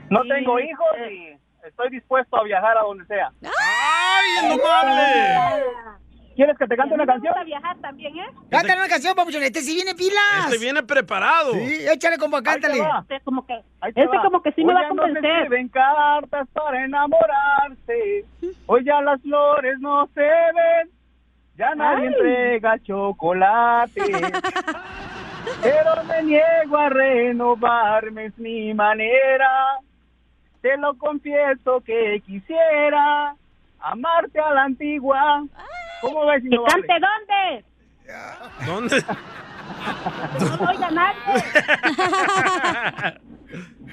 S14: No tengo hijos y estoy dispuesto a viajar a donde sea.
S4: ¡Ay, indomable!
S14: ¿Quieres que te cante una canción?
S17: Para viajar también, ¿eh?
S2: Cántale una canción, papuchón. Este sí viene pilas.
S4: Este viene preparado.
S2: Sí, échale compa, cántale.
S17: Este como que, este como que sí me va a
S14: No se
S17: convencer.
S14: escriben cartas para enamorarse. Hoy ya las flores no se ven. Ya nadie
S17: Ay.
S14: entrega chocolate. Pero me niego a renovarme, es mi manera. Te lo confieso que quisiera amarte a la antigua. ¿Cómo ves,
S17: ¿Que
S14: innovable?
S17: cante dónde?
S4: ¿Dónde?
S17: No lo oiga nadie.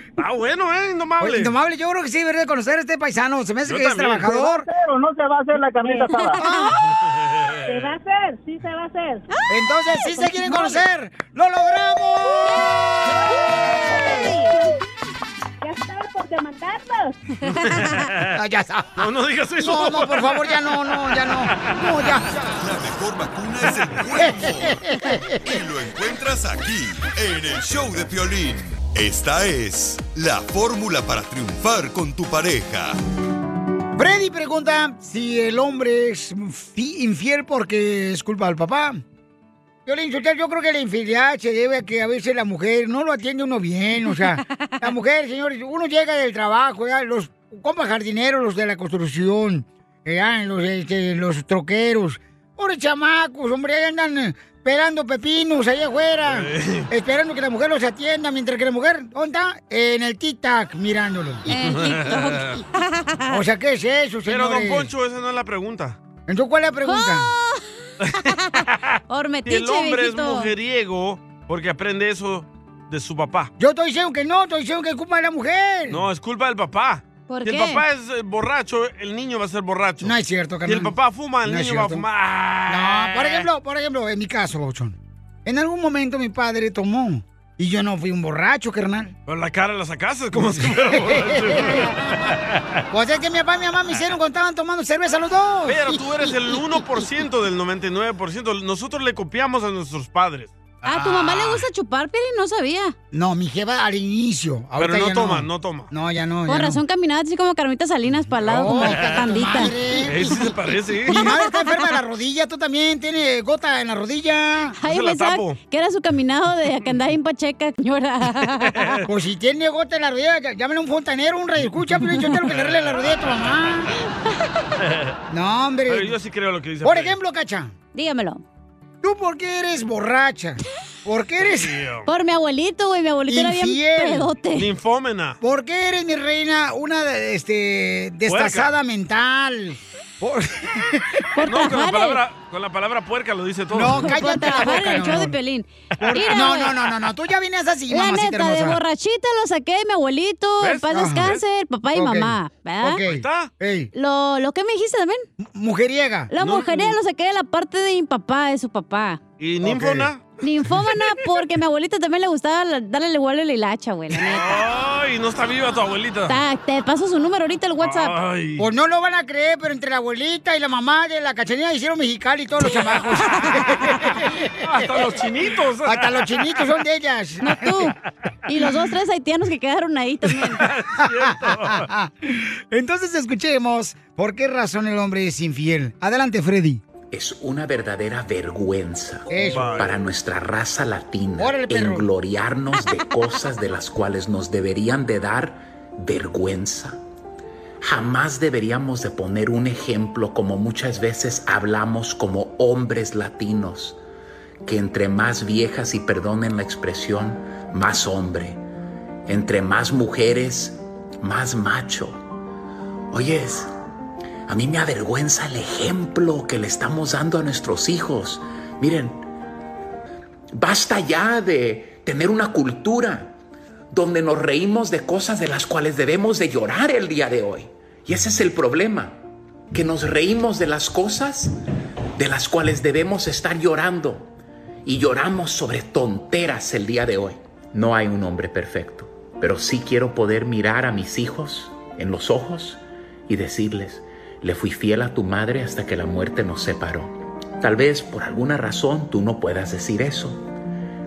S4: Está bueno, ¿eh? Indomable.
S2: Oye, Indomable, yo creo que sí debería de conocer a este paisano. Se me hace
S4: Yo
S2: que es
S4: también.
S2: trabajador.
S14: Pero no se va a hacer la carnita asada.
S17: ¿Se va a hacer? Sí, se va a hacer.
S2: Entonces, sí se quieren conocer. ¡Lo logramos!
S17: Ya está por demandarlos.
S2: Ah, ya está.
S4: No, no digas eso.
S2: No, no, por favor, ya no, no, ya no. No, ya.
S6: La mejor vacuna es el buen humor. Y lo encuentras aquí, en el show de Piolín. Esta es la fórmula para triunfar con tu pareja.
S2: Freddy pregunta si el hombre es fi- infiel porque es culpa del papá. Yo le insulté, yo creo que la infidelidad se debe a que a veces la mujer no lo atiende uno bien, o sea, la mujer, señores, uno llega del trabajo, ya, los compas jardineros, los de la construcción, eh, ya, los, este, los troqueros, pobres chamacos, hombre, ahí andan eh, pelando pepinos allá afuera, esperando que la mujer los atienda, mientras que la mujer, ¿dónde está? En el tic-tac, mirándolo. O sea, ¿qué es eso,
S4: Pero,
S2: señores?
S4: don Poncho, Ah. esa no es la pregunta.
S2: Entonces, ¿cuál es la pregunta?
S4: Si
S3: Ormetiche,
S4: el hombre es
S3: viejito.
S4: mujeriego, porque aprende eso de su papá.
S2: Yo estoy diciendo que no, estoy diciendo que es culpa de la mujer. No,
S4: No, es culpa del papá.
S3: ¿Por
S4: si
S3: qué?
S4: el papá es eh, borracho, el niño va a ser borracho.
S2: es cierto,
S4: si
S2: carnal.
S4: el papá fuma, el
S2: No es
S4: niño va a
S2: cierto.
S4: fumar. Ah.
S2: No, por ejemplo, por ejemplo, en mi caso, Bochón. En algún momento mi padre tomó y yo no fui un borracho, carnal.
S4: Pero la cara la sacaste como si fuera borracho.
S2: Pues es que mi papá y mi mamá me hicieron cuando estaban tomando cerveza los dos.
S4: Pero tú eres el 1% del 99%. Nosotros le copiamos a nuestros padres.
S3: Ah, ¿tu mamá le gusta chupar, Piri? No sabía.
S2: No, mi jefa al inicio. ahorita
S4: Pero no
S2: ya
S4: toma, no toma.
S2: No, ya no.
S3: Con
S2: ya no.
S3: razón caminaba así como Carmita Salinas para lado, como
S2: Ay, cara de tu
S3: pandita.
S2: madre.
S4: Ese se parece, ¿eh?
S2: Mi madre está enferma de la rodilla, tú también tienes gota en la rodilla.
S3: Ay,
S4: se
S3: yo
S4: la
S3: pensaba
S4: tapo.
S3: que era su caminado de que andaba en Pacheca, señora.
S2: Pues si tiene gota en la rodilla, llá- llámale a un fontanero, un rey escucha, pero yo quiero que le arregle la rodilla a tu mamá. No,
S4: Pero
S2: hombre.
S4: yo sí creo lo que dice.
S2: Por
S4: Freddy.
S2: ejemplo, Cacha,
S3: Dígamelo.
S2: ¿tú por qué eres borracha? ¿Por qué eres,
S4: Tío.
S3: Por mi abuelito, güey. Mi abuelito era bien
S2: Infiel.
S3: pedote.
S4: Linfómena.
S2: por qué eres mi reina, una este, destazada mental? Por-
S3: Por
S4: No, con la,
S3: Tajares.
S4: palabra, con la palabra puerca lo dice todo.
S2: No,
S3: Por
S2: cállate la
S3: trabajar en
S2: boca,
S3: el show de
S2: no.
S3: Pelín.
S2: No, no, no, no, no, tú ya vienes así,
S3: La
S2: mamacita
S3: neta, de
S2: hermosa.
S3: borrachita lo saqué de mi abuelito,
S4: ¿Ves?
S3: el paz
S4: Ajá.
S3: descanse, el papá y
S2: Ok.
S3: mamá, ¿verdad?
S2: Ok.
S4: Ahí está.
S2: Ey,
S3: Lo, lo que me dijiste también,
S2: m- mujeriega.
S3: la
S4: No,
S3: mujer
S4: no.
S3: lo saqué de la parte de mi papá, de su papá.
S4: ¿Y ninfona?
S3: Ninfómana, porque a mi abuelita también le gustaba la- darle el vuelo y la hilacha, güey. la neta.
S4: Ay, no está viva tu abuelita.
S3: Ta- te paso su número ahorita el WhatsApp.
S4: Ay.
S2: Pues no lo van a creer, pero entre la abuelita y la mamá de la cachanilla hicieron mexicali y todos los chamacos.
S4: Hasta los chinitos.
S2: Hasta los chinitos son de ellas.
S3: No tú. Y los dos, tres haitianos que quedaron ahí también.
S2: Entonces escuchemos por qué razón el hombre es infiel. Adelante, Freddy.
S20: es una verdadera vergüenza
S21: Eso.
S20: para nuestra raza latina
S21: Órale, perro.
S20: engloriarnos de cosas de las cuales nos deberían de dar vergüenza. Jamás deberíamos de poner un ejemplo como muchas veces hablamos como hombres latinos, que entre más viejas, y perdonen la expresión, más hombre, entre más mujeres, más macho. Oyes, a mí me avergüenza el ejemplo que le estamos dando a nuestros hijos. Miren, basta ya de tener una cultura donde nos reímos de cosas de las cuales debemos de llorar el día de hoy. Y ese es el problema, que nos reímos de las cosas de las cuales debemos estar llorando. Y lloramos sobre tonteras el día de hoy. No hay un hombre perfecto, pero sí quiero poder mirar a mis hijos en los ojos y decirles, le fui fiel a tu madre hasta que la muerte nos separó. Tal vez por alguna razón tú no puedas decir eso,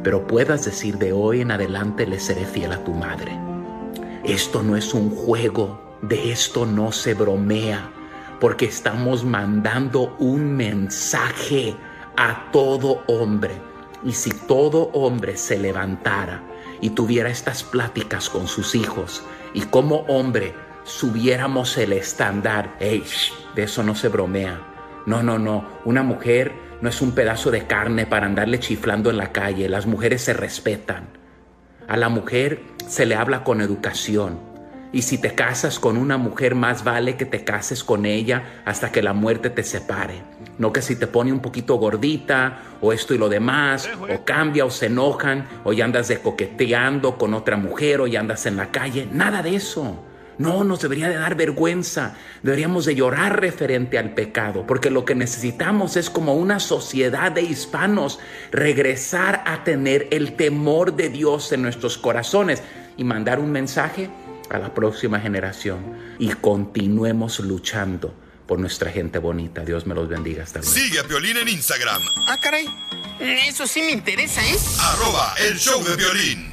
S20: pero puedas decir de hoy en adelante le seré fiel a tu madre. Esto no es un juego, de esto no se bromea, porque estamos mandando un mensaje a todo hombre. Y si todo hombre se levantara y tuviera estas pláticas con sus hijos, y como hombre subiéramos el estándar, Ey, shh, de eso no se bromea. No, no, no, una mujer no es un pedazo de carne para andarle chiflando en la calle, las mujeres se respetan. A la mujer se le habla con educación. Y si te casas con una mujer, más vale que te cases con ella hasta que la muerte te separe. No que si te pone un poquito gordita o esto y lo demás, o cambia o se enojan, o ya andas de coqueteando con otra mujer o ya andas en la calle. Nada de eso. No, nos debería de dar vergüenza. Deberíamos de llorar referente al pecado, porque lo que necesitamos es como una sociedad de hispanos regresar a tener el temor de Dios en nuestros corazones y mandar un mensaje a la próxima generación y continuemos luchando por nuestra gente bonita. Dios me los bendiga hasta luego.
S6: Sigue a Piolín en Instagram,
S13: Ah, caray. Eso sí me interesa, ¿eh?
S6: arroba el show de violín.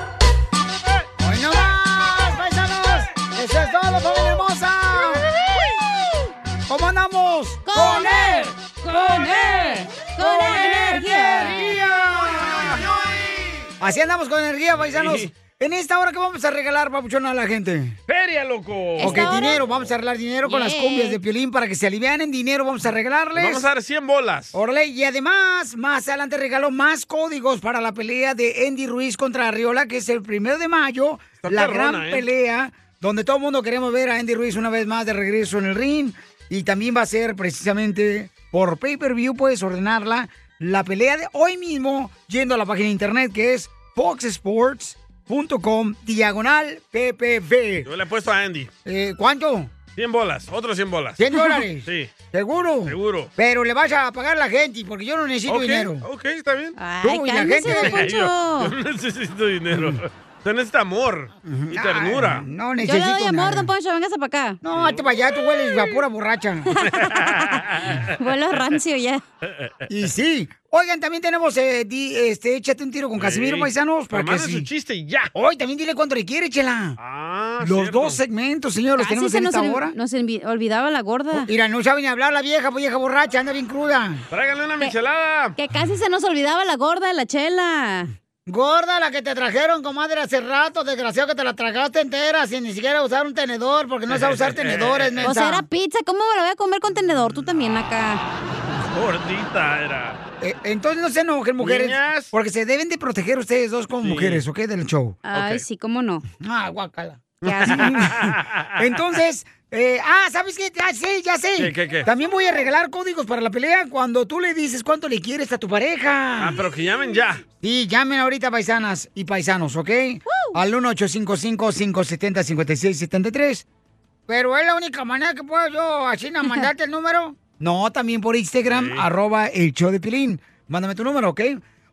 S2: ¡Hoy no más, paisanos! ¡Eso es todo, familia hermosa! ¿Cómo andamos?
S11: ¡Con él! ¡Con él! ¡Con
S2: Así andamos con energía, paisanos.
S21: Sí.
S2: En esta hora, ¿qué vamos a regalar, papuchón, a la gente?
S4: ¡Feria, loco!
S2: Ok, dinero, vamos a arreglar dinero con las
S4: Yeah.
S2: cumbias de Piolín para que se alivian en dinero, vamos a regalarles.
S4: Vamos a dar 100 bolas.
S2: Órale, y además, más adelante regaló más códigos para la pelea de Andy Ruiz contra Arriola, que es el primero de mayo,
S21: Está
S2: la
S21: perrona,
S2: gran
S21: ¿eh?
S2: pelea, donde todo el mundo queremos ver a Andy Ruiz una vez más de regreso en el ring. Y también va a ser precisamente por pay-per-view, puedes ordenarla, la pelea de hoy mismo, yendo a la página de internet que es foxsports.com diagonal PPV.
S4: Yo le he puesto a Andy.
S2: Eh, ¿Cuánto?
S4: 100 bolas, otros 100 bolas.
S2: ¿100 dólares?
S4: Sí.
S2: ¿Seguro? Seguro. Pero le vas a pagar a la gente, porque yo no necesito
S4: Ok,
S2: dinero.
S4: Ok, está bien.
S2: Tú y la gente.
S4: Yo, yo no necesito dinero. Usted necesita amor y ternura.
S2: No
S3: Yo le
S2: necesito
S3: doy amor,
S2: nada.
S3: don Poncho, véngase para acá.
S2: No, hazte para allá, tú hueles a pura borracha.
S3: Vuelo rancio ya.
S2: Y sí. Oigan, también tenemos, eh, di- este, échate un tiro con Casimiro,
S4: Sí.
S2: paisanos, para
S4: Pero
S2: que
S4: manda su
S2: sí.
S4: chiste y ya. Ah,
S2: Hoy también dile cuánto le quiere, chela. los dos segmentos, señor, los
S3: Casi
S2: tenemos
S3: Ah, se
S2: en
S3: nos
S2: esta
S3: olvi-
S2: hora. Oh,
S3: nos envi- olvidaba la gorda.
S2: Mira, no sabe ni hablar la vieja, pues, vieja borracha, anda bien cruda.
S4: Tráigale una
S2: michelada.
S3: Que casi se nos olvidaba la gorda de la chela.
S2: Gorda, la que te trajeron, comadre, hace rato, desgraciado que te la tragaste entera sin ni siquiera usar un tenedor, porque no sabe usar tenedores, mensa.
S3: O sea, era pizza. ¿Cómo me la voy a comer con tenedor? Tú también acá.
S4: Gordita era.
S2: Eh, entonces no se enojen, mujeres.
S3: Niñas.
S2: Porque se deben de proteger ustedes dos como
S3: Sí.
S2: mujeres, ¿ok? Del show.
S3: Ay, sí, cómo no.
S2: Ah, guácala.
S3: Qué asco.
S2: Entonces, eh, ah, ¿sabes qué? Ah, sí, ya sé.
S4: ¿Qué, qué, qué?
S2: También voy a regalar códigos para la pelea cuando tú le dices cuánto le quieres a tu pareja.
S4: Ah, pero que llamen ya.
S2: Sí, llamen ahorita paisanas y paisanos, ¿ok? Al 1-855-570-5673. Pero es la única manera que puedo yo así na, mandarte el número. No, también por Instagram, arroba el show de Pilín. Mándame tu número, ¿ok?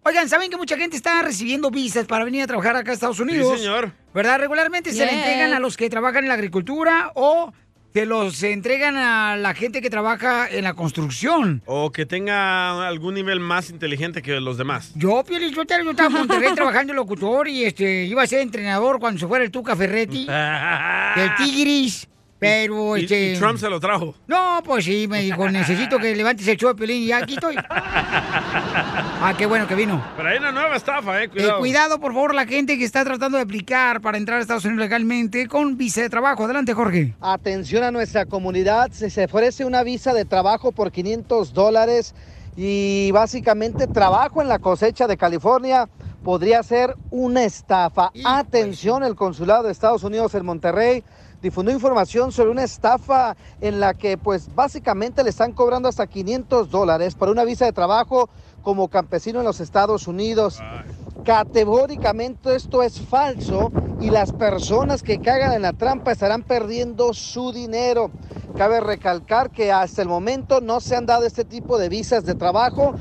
S2: Oigan, ¿saben que mucha gente está recibiendo visas para venir a trabajar acá a Estados Unidos?
S4: señor.
S2: ¿Verdad? Regularmente se le
S3: Yes.
S2: entregan a los que trabajan en la agricultura o se los entregan a la gente que trabaja en la construcción.
S4: O que tenga algún nivel más inteligente que los demás.
S2: Yo, Piolín, yo estaba- yo estaba en Monterrey trabajando de locutor y este iba a ser entrenador cuando se fuera el Tuca Ferretti, del Tigris, pero
S4: Y,
S2: este...
S4: y Trump se lo trajo.
S2: No, pues sí, me dijo, necesito que levantes el show de Piolín y ya aquí estoy. Eh, Ah, qué bueno que vino.
S4: Pero hay una nueva estafa, eh.
S2: Eh, Cuidado.
S4: Cuidado.
S2: por favor, la gente que está tratando de aplicar para entrar a Estados Unidos legalmente con visa de trabajo. Adelante, Jorge.
S5: Atención a nuestra comunidad, se se ofrece una visa de trabajo por 500 dólares y básicamente trabajo en la cosecha de California podría ser una estafa. Atención, el consulado de Estados Unidos en Monterrey difundió información sobre una estafa en la que pues básicamente le están cobrando hasta 500 dólares por una visa de trabajo como campesino en los Estados Unidos. Categóricamente esto es falso y las personas que cagan en la trampa estarán perdiendo su dinero. Cabe recalcar que hasta el momento no se han dado este tipo de visas de trabajo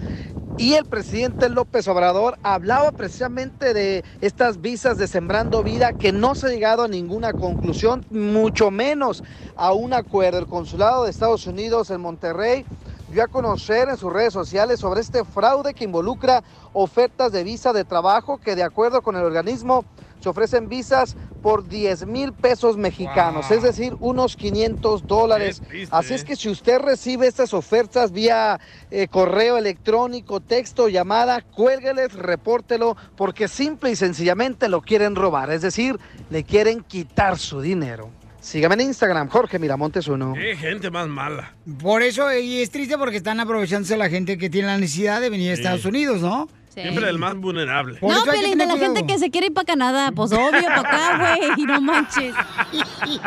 S5: y el presidente López Obrador hablaba precisamente de estas visas de Sembrando Vida que no se ha llegado a ninguna conclusión, mucho menos a un acuerdo. El consulado de Estados Unidos en Monterrey dio a conocer en sus redes sociales sobre este fraude que involucra ofertas de visa de trabajo que de acuerdo con el organismo se ofrecen visas por 10 mil pesos mexicanos, es decir, unos 500 dólares. Así es que si usted recibe estas ofertas vía eh, correo electrónico, texto, llamada, cuélgueles, repórtelo, porque simple y sencillamente lo quieren robar, es decir, le quieren quitar su dinero. Sígame en Instagram, Jorge Miramontes uno.
S4: Qué gente más mala.
S2: Por eso, eh, y es triste porque están aprovechándose la gente que tiene la necesidad de venir a
S4: Sí.
S2: Estados Unidos, ¿no?
S4: Siempre el más vulnerable.
S2: Por
S3: no,
S2: eso hay que
S3: Piolín, de
S2: tener
S3: la
S2: cuidado.
S3: gente que se quiere ir para Canadá. Pues obvio, para acá, güey. No manches.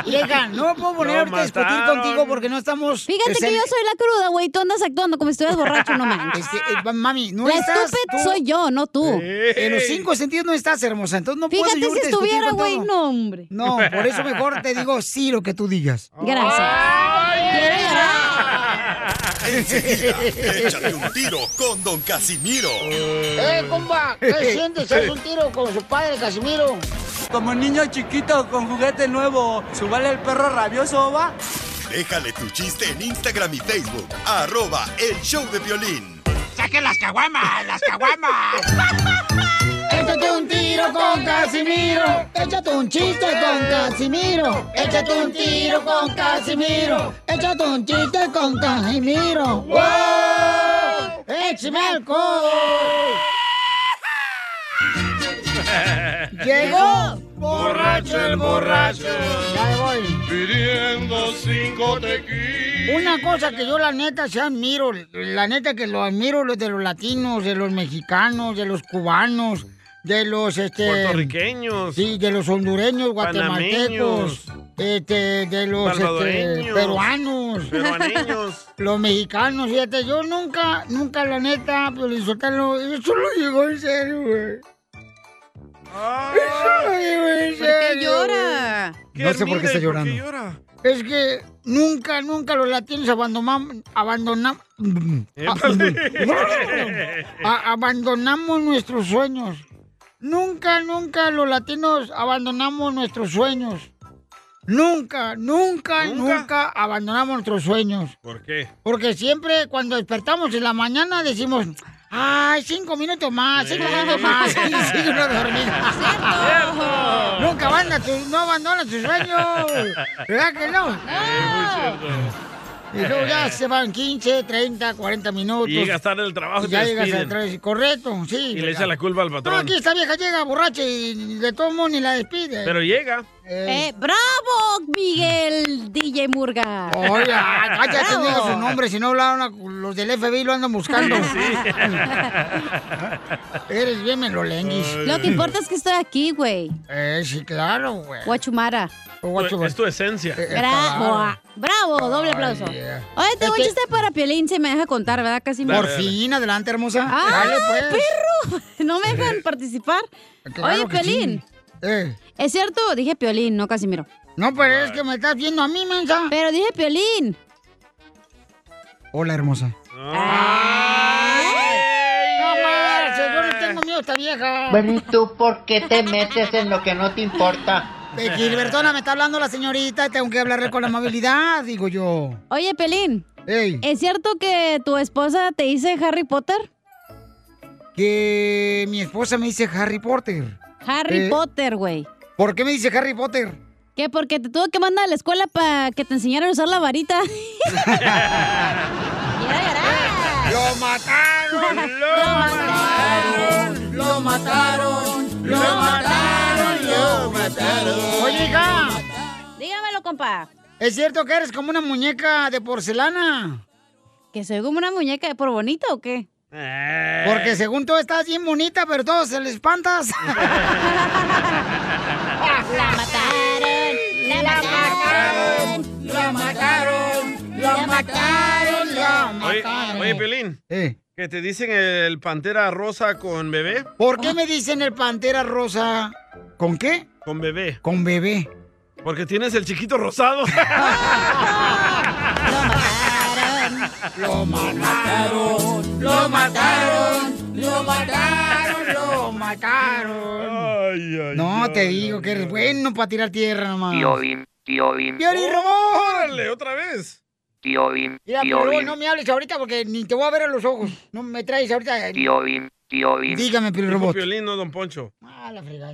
S2: Vieja, no me puedo poner
S3: Lo
S2: ahorita a discutir
S3: mataron.
S2: contigo porque no estamos...
S3: Fíjate que yo soy la cruda, güey. Tú andas actuando como si estuvieras borracho, no manches.
S2: Eh, mami, no
S3: La
S2: estás
S3: estúpida
S2: tú-
S3: soy yo, no tú.
S2: En los cinco sentidos no estás hermosa, entonces no puedo
S3: Fíjate
S2: yo
S3: si
S2: ahorita discutir
S3: estuviera,
S2: con
S3: güey.
S2: todo.
S3: No, hombre.
S2: No, por eso mejor te digo sí lo que tú digas.
S3: Gracias.
S6: Enseguida, échate un tiro con Don Casimiro.
S11: ¡Eh, compa! ¿Qué sientes? ¿Haz un tiro con su padre, Casimiro?
S1: Como niño chiquito con juguete nuevo, subale el perro rabioso, va.
S6: Déjale tu chiste en Instagram y Facebook, arroba el show de violín.
S11: ¡Saque las caguamas! ¡Las caguamas! Échate un tiro con Casimiro. Échate un chiste con Casimiro. Échate un tiro con Casimiro. Échate un chiste con Casimiro. ¡Wow! ¡Échame alcohol!
S7: Llegó borracho el borracho.
S2: Ya voy.
S7: Pidiendo cinco tequilas.
S2: Una cosa que yo la neta se admiro, la neta que lo admiro los de los latinos, de los mexicanos, de los cubanos, de los este
S4: Puertorriqueños.
S2: Sí, de los hondureños,
S4: Panameños.
S2: guatemaltecos, este, de los este,
S4: Salvadoreños.
S2: peruanos,
S4: Peruaneños.
S2: los mexicanos, fíjate, yo nunca, nunca la neta, pero eso lo digo en serio, güey. Eso lo digo en
S7: ¿Por qué
S2: serio.
S7: llora?
S2: güey. No sé por qué está llorando. Es que nunca, nunca los latinos abandonamos, abandonamos, Eh. abandonamos nuestros sueños. Nunca, nunca los latinos abandonamos nuestros sueños. Nunca, nunca, nunca, abandonamos nuestros sueños.
S4: ¿Por qué?
S2: Porque siempre cuando despertamos en la mañana decimos, ay, cinco minutos más, cinco minutos más, y sigue uno dormido. Nunca abandona tu- no abandona tus sueños. ¿Verdad que no? Y luego ya se van 15, 30, 40 minutos.
S4: Y llegas tarde del trabajo y
S2: ya
S4: te
S2: llegas al
S4: despiden.
S2: trabajo. Correcto, sí.
S4: Y le
S2: ¿verdad?
S4: echa la culpa al
S2: No,
S4: patrón.
S2: aquí esta vieja llega borracha y de todo mundo ni la despide.
S4: Pero llega.
S3: Eh, ¡Bravo, Miguel DJ Murga!
S2: Oye, cállate,
S3: Bravo.
S2: diga su nombre, si no hablaron los del FBI lo andan buscando. Eres bien melolenguis.
S3: Lo que importa es que estoy aquí, güey.
S2: Eh, sí, claro, güey.
S3: Guachumara.
S4: Tu- Es tu esencia.
S2: eh,
S3: Bravo. Bravo, doble aplauso. Oye, tengo un chiste para Piolín, se me deja contar, ¿verdad, Casimiro?
S2: Por fin, adelante, hermosa.
S3: ¡Ah,
S2: Dale, pues. Eh.
S3: perro! No me dejan participar.
S2: Claro
S3: Oye,
S2: que sí. Eh.
S3: Piolín. ¿Es cierto? Dije Piolín, no Casimiro.
S2: No, pero es que me estás viendo a mí, mensa.
S3: Pero dije Piolín.
S2: Hola, hermosa. No marches, yo no tengo miedo a esta vieja.
S22: Bueno, ¿y tú por qué te metes en lo que no te importa?
S2: Eh, Gilbertona, me está hablando la Ah, señorita, tengo que hablarle con amabilidad, digo yo.
S3: Oye, Pelín. ¿Es cierto que tu esposa te dice Harry Potter?
S2: Que mi esposa me dice Harry Potter.
S3: Harry
S2: Eh,
S3: Potter, güey.
S2: ¿Por qué me dice Harry Potter?
S3: ¿Qué? Porque te tuvo que mandar a la escuela para que te enseñaran a usar la varita.
S2: ¡Lo mataron! ¡Lo mataron! ¡Lo mataron! ¡Lo mataron! ¡Lo mataron! Oye, hija,
S3: Dígamelo, compa.
S2: ¿es cierto que eres como una muñeca de porcelana?
S3: ¿Que soy como una muñeca de por bonita o qué?
S2: Porque según tú estás bien bonita, pero todos se les espantas.
S11: La mataron, la mataron, la mataron, la mataron, la
S4: Oye,
S2: eh.
S4: oye Pelín. Que te dicen el pantera rosa con bebé.
S2: ¿Por qué me dicen el pantera rosa? ¿Con qué?
S4: Con bebé.
S2: Con bebé.
S4: Porque tienes el chiquito rosado.
S2: Lo mataron, lo mataron, lo mataron, lo mataron. no, te digo que eres bueno para tirar tierra nomás. Oh,
S7: Piolín, Piolín.
S2: ¡Piolín Robot!
S4: otra vez!
S7: Piolín,
S2: Mira, pero
S7: Piolín,
S2: no me hables ahorita porque ni te voy a ver a los ojos. No me traes ahorita.
S7: Piolín, Piolín.
S2: Dígame, Piolín
S4: Dijo
S7: Robot.
S4: Piolín, no, don Poncho.
S2: Ah, la fregada.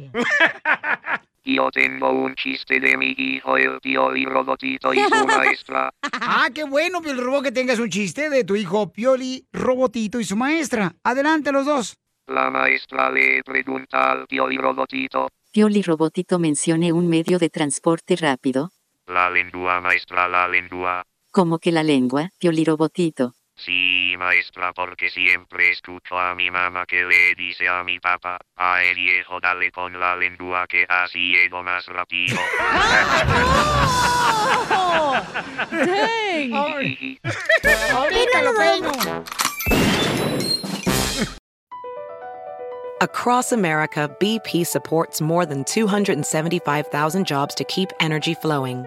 S7: Yo tengo un chiste de mi hijo, el Piolín Robotito y su maestra.
S2: Ah, qué bueno, Piolín Robot, que tengas un chiste de tu hijo Pioli Robotito y su maestra. Adelante los dos.
S7: La maestra le pregunta al Piolín Robotito.
S23: Pioli Robotito mencione un medio de transporte rápido,
S7: La lengua, maestra, la lengua.
S23: como que la lengua, Pioli Robotito.
S7: Sí, maestra, porque siempre escucho a mi mamá que le dice a mi papá, a el viejo dale con la lengua que así llego más rápido.
S11: Ay.
S2: Ahorita lo peino.
S1: Across America, BP supports more than 275,000 jobs to keep energy flowing.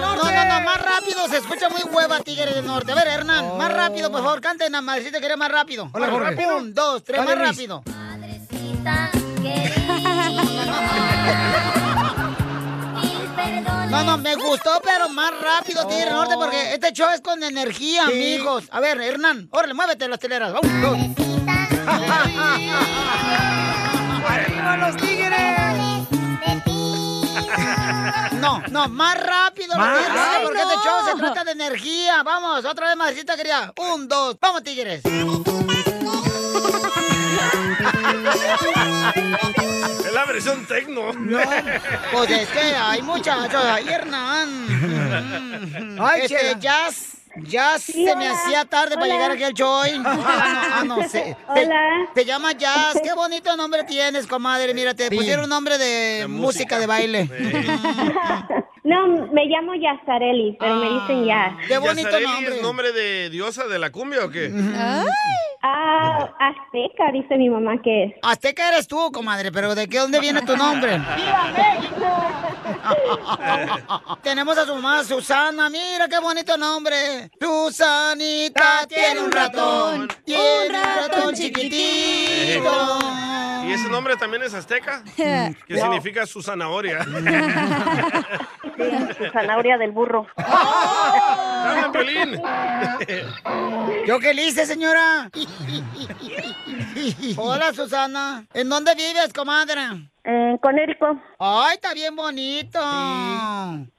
S2: No, no, no, hace muy hueva, Tigres del Norte. A ver, Hernán, más rápido, por favor. Canten a Madrecita quería más rápido.
S11: Oh. Hola,
S2: Más
S11: Jorge.
S2: rápido. Un, dos, tres,
S11: Dale,
S2: más
S11: Luis.
S2: rápido. No, no, me gustó, pero más
S11: Oh.
S2: rápido, Tigre del Norte, porque este show es con energía, amigos. A ver, Hernán, órale, muévete las teleras. Vamos, dos. ¡Arriba los tigres! No, no, más rápido,
S11: Más
S2: los tigres,
S11: rápido.
S2: porque este show se trata de energía. Vamos, otra vez, Madrecita quería. Un, dos, vamos, tigres.
S4: Es la versión tecno.
S2: No, Pues es que hay muchachos, ahí Hernán.
S11: Ay,
S2: Ay, este,
S11: Chela.
S2: ya, s- ya se me
S11: hola.
S2: hacía tarde para
S11: Hola.
S2: llegar aquí al show hoy. Ah, no, ah, no, se- te- Te, llama Jazz. Qué bonito nombre tienes, comadre. Mira, te
S11: Sí.
S2: pusieron un nombre de, música. de baile.
S17: No, me llamo Yazareli, pero me dicen
S2: Ah,
S17: Yaz.
S4: ¿Yazareli es nombre de diosa de la cumbia o qué?
S17: Ah, azteca, dice mi mamá que es.
S2: Azteca eres tú, comadre, pero ¿de qué dónde viene tu nombre? Tenemos a su mamá, Susana. Mira qué bonito nombre. Susanita Ah, tiene un ratón. Tiene un ratón chiquitito.
S4: ¿Y ese nombre también es azteca?
S17: Mm.
S4: Que
S17: No.
S4: significa su zanahoria.
S17: Su zanahoria del burro.
S4: ¡Dame, Pelín!
S2: ¿Yo qué le hice, señora? Hola, Susana. ¿En dónde vives, comadre?
S17: En Eh, Conérico.
S2: Ay, está bien bonito.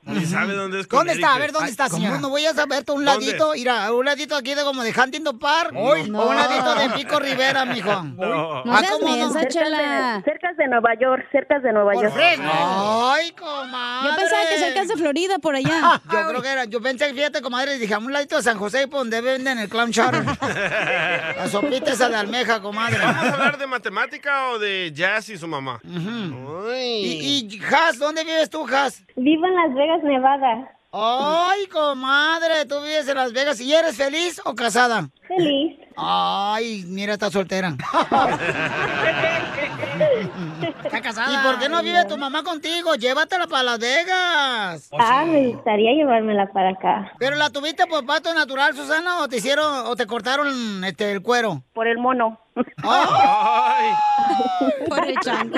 S4: ¿Y sabe dónde es
S2: ¿Dónde está? A ver,
S4: Connecticut?
S2: ¿dónde está, señora? No voy a saber, tú un
S4: ¿Dónde?
S2: ladito, mira, un ladito aquí de como de Huntington Park, o un ladito de Pico Rivera, mijo.
S17: No,
S2: Ah, ¿cómo no?
S17: cerca, de, cerca de Nueva York, cerca de Nueva York.
S2: Ay, comadre.
S17: Yo pensaba que cerca
S2: de Florida, por allá. yo creo que era, yo pensé, fíjate, comadre, dije, a un ladito de San José, por donde venden el clown chowder. La sopita esa de almeja, comadre.
S4: ¿Vamos a hablar de matemática o de jazz y su mamá?
S2: Y, y Has, ¿dónde vives tú, Has?
S17: Vivo en Las Vegas, Nevada.
S2: Ay, comadre, tú vives en Las Vegas y eres feliz o casada?
S17: Feliz.
S2: Ay, mira, está soltera. está casada. ¿Y por qué no vive tu mamá contigo? Llévatela para Las Vegas.
S17: Ah, me gustaría llevármela para acá.
S2: ¿Pero la tuviste por pato natural, Susana, o te hicieron o te cortaron este el cuero? Oh.
S17: Por el mono.
S3: Por el chango.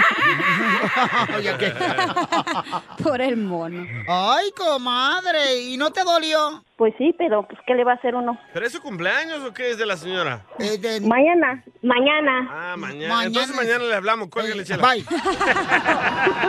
S2: Por el mono. Ay, comadre, ¿y no te dolió?
S17: Pues sí, pero pues, ¿qué le va a hacer uno?
S4: ¿Pero es su cumpleaños o qué es de la señora?
S2: Eh,
S17: Mañana. Mañana.
S4: Ah, mañana.
S17: Mañana
S4: Entonces
S17: es-
S4: mañana le hablamos. Cuélgale, chela.
S2: eh, Bye.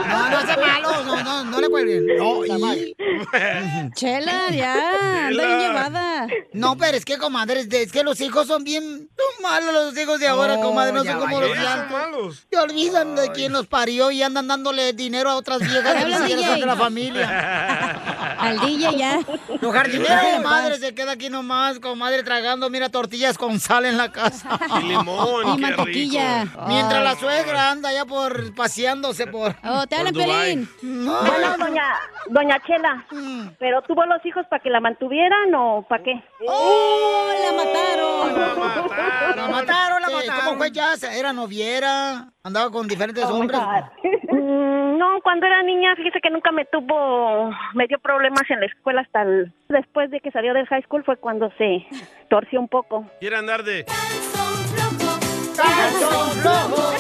S2: No, no sea malo, no, no, no le cuelguen. No, y... Chela,
S3: ya, anda bien Chela. llevada.
S2: No, pero es que, comadre, es de- es que los hijos son bien son malos los hijos de ahora,
S11: Oh,
S2: comadre, no
S11: ya
S2: son como
S11: valió.
S2: los de
S11: Son
S2: antes. Se olvidan de quién los parió y andan dándole dinero a otras viejas que ni
S11: Habla,
S2: siquiera son
S11: DJ.
S2: de la familia.
S3: Al DJ ya.
S2: Los jardineros de madre se queda aquí nomás, comadre, tragando, mira, tortillas con sal en la casa.
S4: Y limón, Y qué mantequilla. rico.
S2: Mientras la
S17: Ay.
S2: suegra anda ya por paseándose por...
S17: Oh, te Por hablan, Dubái. Piolín.
S2: No. Mm.
S17: Bueno, doña, doña Chela, ¿pero tuvo los hijos para que la mantuvieran o para qué?
S2: ¡Oh, la mataron! ¡La mataron! ¡La mataron, la mataron! ¿Cómo fue ya? ¿Era noviera? ¿Andaba con diferentes
S17: Oh, my
S2: hombres?
S17: Mm, No, cuando era niña, fíjese que nunca me tuvo, me dio problemas en la escuela hasta el- después de que salió del high school fue cuando se torció un poco.
S4: Quiere andar de...
S2: ¡Calzón flojo!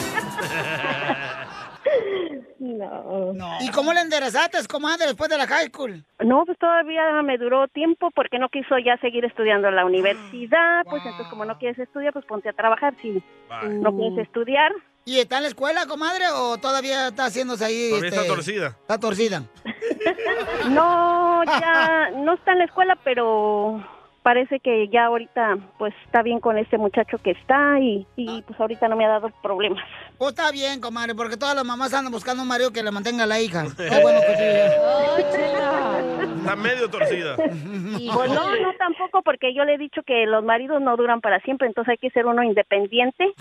S17: No.
S2: ¿Y cómo le enderezaste, comadre, después de la high school?
S17: No, pues todavía me duró tiempo porque no quiso ya seguir estudiando en la universidad, pues
S2: Ah.
S17: entonces como no quieres estudiar, pues ponte a trabajar si no quieres estudiar.
S2: ¿Y está en la escuela, comadre, o todavía está haciéndose ahí? este,
S17: Todavía está
S4: torcida.
S2: Está torcida.
S17: No, Oh, ya no está en la escuela, pero parece que ya ahorita pues está bien con este muchacho que está y,
S2: Ah.
S17: y pues ahorita no me ha dado problemas.
S2: Pues está bien, comadre, porque todas las mamás andan buscando un marido que le mantenga a la hija. Qué bueno que sí.
S4: Está medio torcida.
S17: Pues no, no tampoco porque yo le he dicho que los maridos no duran para siempre, entonces hay que ser uno independiente.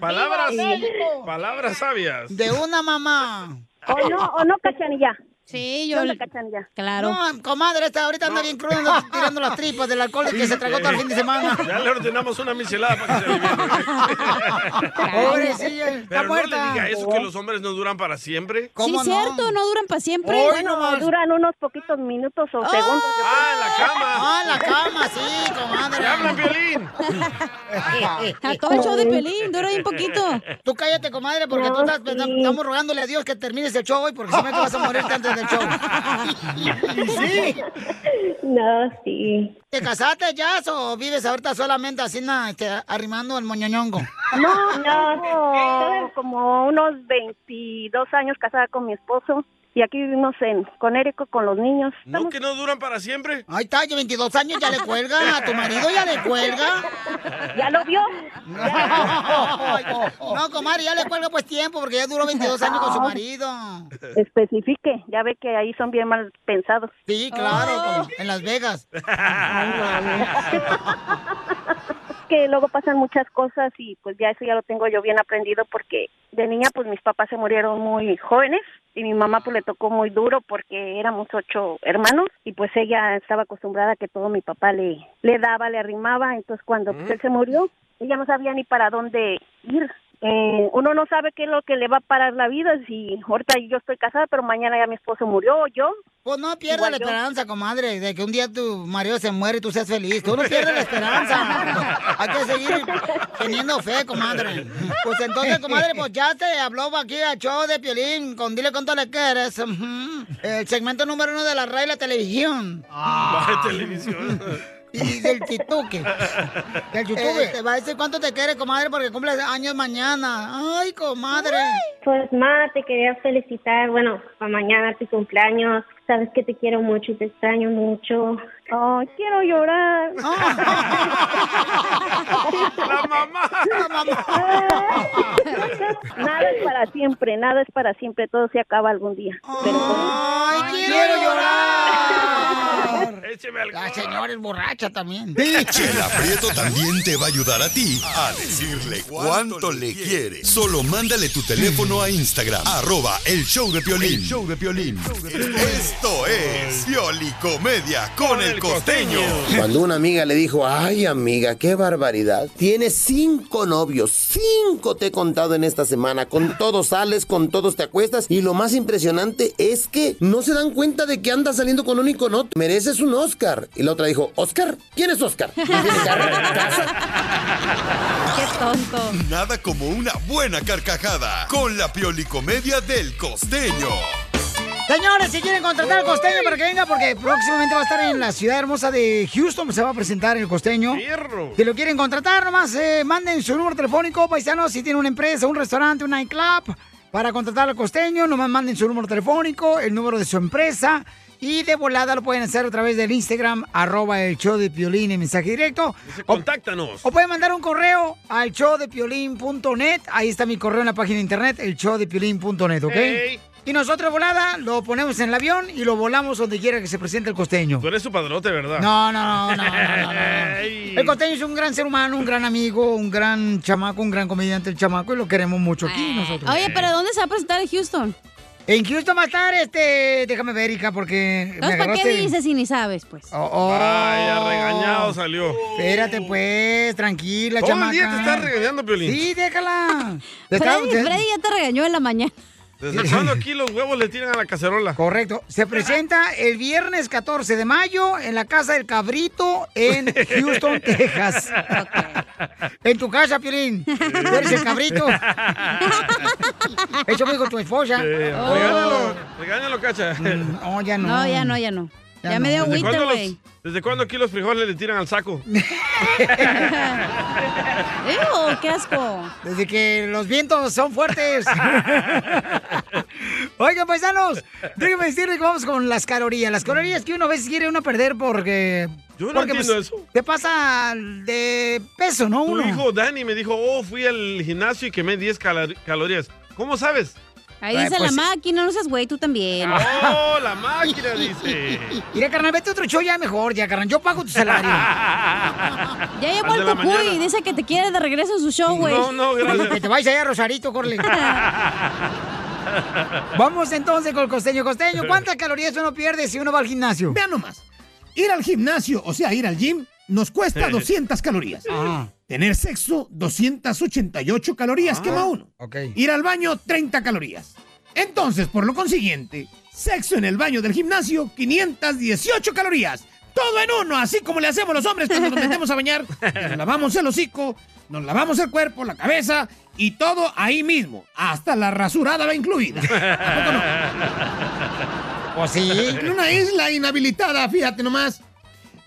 S4: Palabras,
S17: Viva México.
S4: palabras sabias.
S2: De una mamá.
S17: O no, o no, cachanilla.
S3: Sí, yo.
S17: onda, cachanilla?
S3: Claro.
S2: No, comadre, esta ahorita anda bien crudo anda tirando las tripas del alcohol que se tragó todo el fin de semana.
S4: Ya le ordenamos una michelada para que se reviente.
S2: Pobrecilla, está
S4: Pero no
S2: muerta.
S4: le diga eso que los hombres no duran para siempre.
S3: Sí, cierto, no duran para siempre.
S17: Hoy no duran unos poquitos minutos o segundos.
S4: Ah, la cama.
S2: Ah, la cama, sí, comadre.
S4: ¡Te hablan, Piolín!
S3: A todo el show de Pelín, dura ahí un poquito.
S2: Tú cállate, comadre, porque tú estás, pues, estamos rogándole a Dios que termines el show hoy, porque si no te vas a morir antes del show. Y sí.
S17: No, sí.
S2: ¿Te casaste ya o vives ahorita solamente así, na, este, arrimando el moñoñongo?
S17: No, no. Tuve como unos 22 años casada con mi esposo y aquí vivimos en Conérico con los niños.
S4: ¿No que no duran para siempre?
S2: Ahí está, yo 22 años ya le cuelga, a tu marido ya le cuelga.
S17: ¿Ya lo vio?
S2: No, comadre, ya le cuelga pues tiempo, porque ya duró 22 años con su marido.
S17: Especifique, ya ve que ahí son bien mal pensados.
S2: Sí, claro,
S3: Oh.
S2: como en Las Vegas.
S17: que luego pasan muchas cosas y pues ya eso ya lo tengo yo bien aprendido porque de niña pues mis papás se murieron muy jóvenes y mi mamá pues le tocó muy duro porque éramos ocho hermanos y pues ella estaba acostumbrada a que todo mi papá le, le daba, le arrimaba, entonces cuando pues, él se murió ella no sabía ni para dónde ir. Eh, uno no sabe qué es lo que le va a parar la vida si ahorita yo estoy casada pero mañana ya mi esposo murió o yo.
S2: Pues no pierdas la
S17: Igual yo.
S2: esperanza, comadre, de que un día tu marido se muere y tú seas feliz. Tú no pierdas la esperanza. Hay que Pues seguir teniendo fe, comadre. Pues entonces, comadre, pues ya te habló aquí al show de Piolín con Dile Cuánto Le Quieres. ujú. El segmento número uno de la radio y la televisión.
S4: Baja televisión.
S2: Y del tituque. Del
S4: YouTube.
S2: te va a decir cuánto te quiere, comadre, porque cumple años mañana. Ay, comadre.
S16: Pues, Ma, te quería felicitar. Bueno, para mañana tu cumpleaños. Sabes que te quiero mucho y te extraño mucho.
S17: Oh, quiero llorar.
S4: La mamá.
S2: La mamá.
S17: Nada es para siempre, nada es para siempre, todo se acaba algún día. Pero
S2: ¡Ay, quiero llorar!
S4: Écheme
S2: La señora es borracha también.
S6: Chela Prieto también te va a ayudar a ti a decirle cuánto le quiere. Solo mándale tu teléfono a Instagram, arroba el show de Piolín.
S7: El
S6: show de Piolín. Esto es Piolicomedia con el costeño.
S13: Cuando una amiga le dijo, ay amiga, qué barbaridad. Tienes cinco novios, cinco te he contado en esta semana. Con todos sales, con todos te acuestas. Y lo más impresionante es que no se dan cuenta de que andas saliendo con uno y con otro. Mereces un Oscar. Y la otra dijo, Oscar, ¿quién es Oscar? Y tiene carro, casa.
S6: Qué tonto. Nada como una buena carcajada con la Piolicomedia del costeño.
S2: Señores, si quieren contratar al costeño para que venga, porque próximamente va a estar en la ciudad hermosa de Houston, se va a presentar el costeño. Si lo quieren contratar, nomás eh, manden su número telefónico, paisanos, si tienen una empresa, un restaurante, un nightclub, para contratar al costeño, nomás manden su número telefónico, el número de su empresa. Y de volada lo pueden hacer a través del Instagram, arroba el show de Piolín en mensaje directo.
S4: Contáctanos.
S2: O pueden mandar un correo al showdepiolín.net. Ahí está mi correo en la página de internet, el showdepiolín.net, ¿ok?
S4: Hey.
S2: Y nosotros volada lo ponemos en el avión y lo volamos donde quiera que se presente el costeño.
S4: Tú eres su padrote, ¿verdad?
S2: No, no, no, no, no, no, no.
S4: Ey.
S2: El costeño es un gran ser humano, un gran amigo, un gran chamaco, un gran comediante, el chamaco, y lo queremos mucho aquí nosotros.
S3: Oye, ¿pero dónde se va a presentar en Houston?
S2: En Houston va a estar este. Déjame ver, Ica, porque. me
S3: Entonces, ¿para qué
S2: agarraste-
S3: dices si ni sabes, pues?
S2: Oh, oh.
S4: Vaya, regañado salió.
S2: Espérate, pues, tranquila,
S4: Todo el
S2: chamaca.
S4: día te estás regañando, Piolín.
S2: Sí, déjala. Te está-
S3: Freddy, Freddy ya te regañó en la mañana.
S4: ¿Desde cuándo aquí los huevos le tiran a la cacerola?
S2: Correcto. Se presenta el viernes 14 de mayo en la Casa del Cabrito en Houston, Texas. En tu casa, Piolín. Tú eres el cabrito. Eso me dijo tu esposa. Oh.
S4: Regáñalo, regáñalo, cacha.
S2: Mm, No, ya no.
S3: No, ya no, ya no. Ya, me dio
S4: ¿Desde
S3: agüita,
S4: cuándo los-
S3: güey.
S4: ¿Desde cuándo aquí los frijoles le tiran al saco?
S3: Ew, ¡Qué asco!
S2: Desde que los vientos son fuertes. Oigan, paisanos, déjenme decirles que vamos con las calorías. Las calorías que uno a veces quiere uno perder porque...
S4: Yo no
S2: porque, pues,
S4: entiendo eso.
S2: Te pasa de peso, ¿no?
S4: Tu
S2: Uno.
S4: hijo Dani me dijo, oh, fui al gimnasio y quemé 10 calor- calorías. ¿Cómo sabes?
S3: Ahí
S4: Ay,
S3: dice
S4: pues-
S3: la máquina, no seas güey, tú también.
S4: ¡Oh, la máquina dice!
S2: Mira, carnal, vete a otro show ya mejor, ya, carnal. Yo pago tu salario.
S3: Ya llegó el Cucuy, dice que te quiere de regreso a su show, güey.
S2: Que te vayas allá, Rosarito, corle. Vamos entonces con el costeño. Costeño, ¿cuántas calorías uno pierde si uno va al gimnasio?
S13: Vean nomás. Ir al gimnasio, o sea, ir al gym, nos cuesta 200 calorías.
S2: Ah.
S13: Tener sexo, 288 calorías,
S2: Ah,
S13: quema uno.
S2: ok.
S13: Ir al baño, 30 calorías. Entonces, por lo consiguiente, sexo en el baño del gimnasio, 518 calorías. Todo en uno, así como le hacemos los hombres cuando nos metemos a bañar. y Nos lavamos el hocico, nos lavamos el cuerpo, la cabeza y todo ahí mismo. Hasta la rasurada va incluida.
S2: Pues sí.
S13: En una isla inhabilitada, fíjate nomás.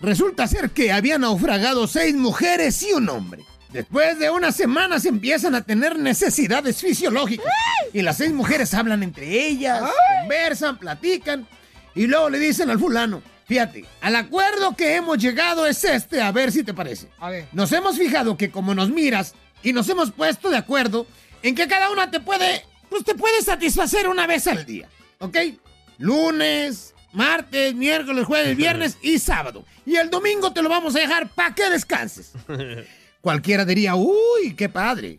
S13: Resulta ser que habían naufragado seis mujeres y un hombre. Después de unas semanas empiezan a tener necesidades fisiológicas. Y las seis mujeres hablan entre ellas, conversan, platican. Y luego le dicen al fulano, fíjate, al acuerdo que hemos llegado es este, a ver si te parece.
S2: A ver.
S13: Nos hemos fijado que como nos miras y nos hemos puesto de acuerdo en que cada una te puede, pues te puede satisfacer una vez al día, ¿ok? Lunes, martes, miércoles, jueves, viernes y sábado. Y el domingo te lo vamos a dejar para que descanses. Cualquiera diría, uy, qué padre.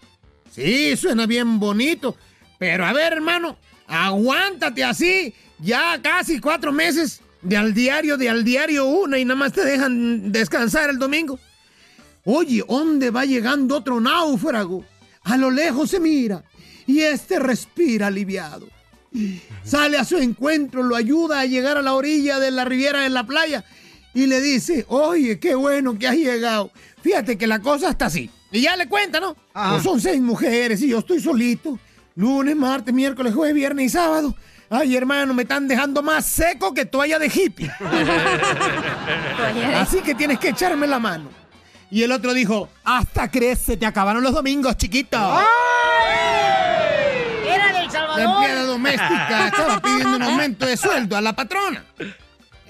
S13: Sí, suena bien bonito. Pero a ver, hermano, aguántate así. Ya casi cuatro meses de al diario, de al diario una y nada más te dejan descansar el domingo. Oye, ¿dónde va llegando otro náufrago? A lo lejos se mira y este respira aliviado. Sale a su encuentro, lo ayuda a llegar a la orilla de la riviera en la playa y le dice, oye, qué bueno que has llegado. Fíjate que la cosa está así. Y ya le cuenta, ¿no? Pues son seis mujeres y yo estoy solito. Lunes, martes, miércoles, jueves, viernes y sábado. Ay, hermano, me están dejando más seco que toalla de hippie. Así que tienes que echarme la mano. Y el otro dijo, hasta crees, se te acabaron los domingos, chiquito.
S11: ¡Era del
S13: La empleada
S11: Salvador!
S13: doméstica estaba pidiendo un aumento de sueldo a la patrona.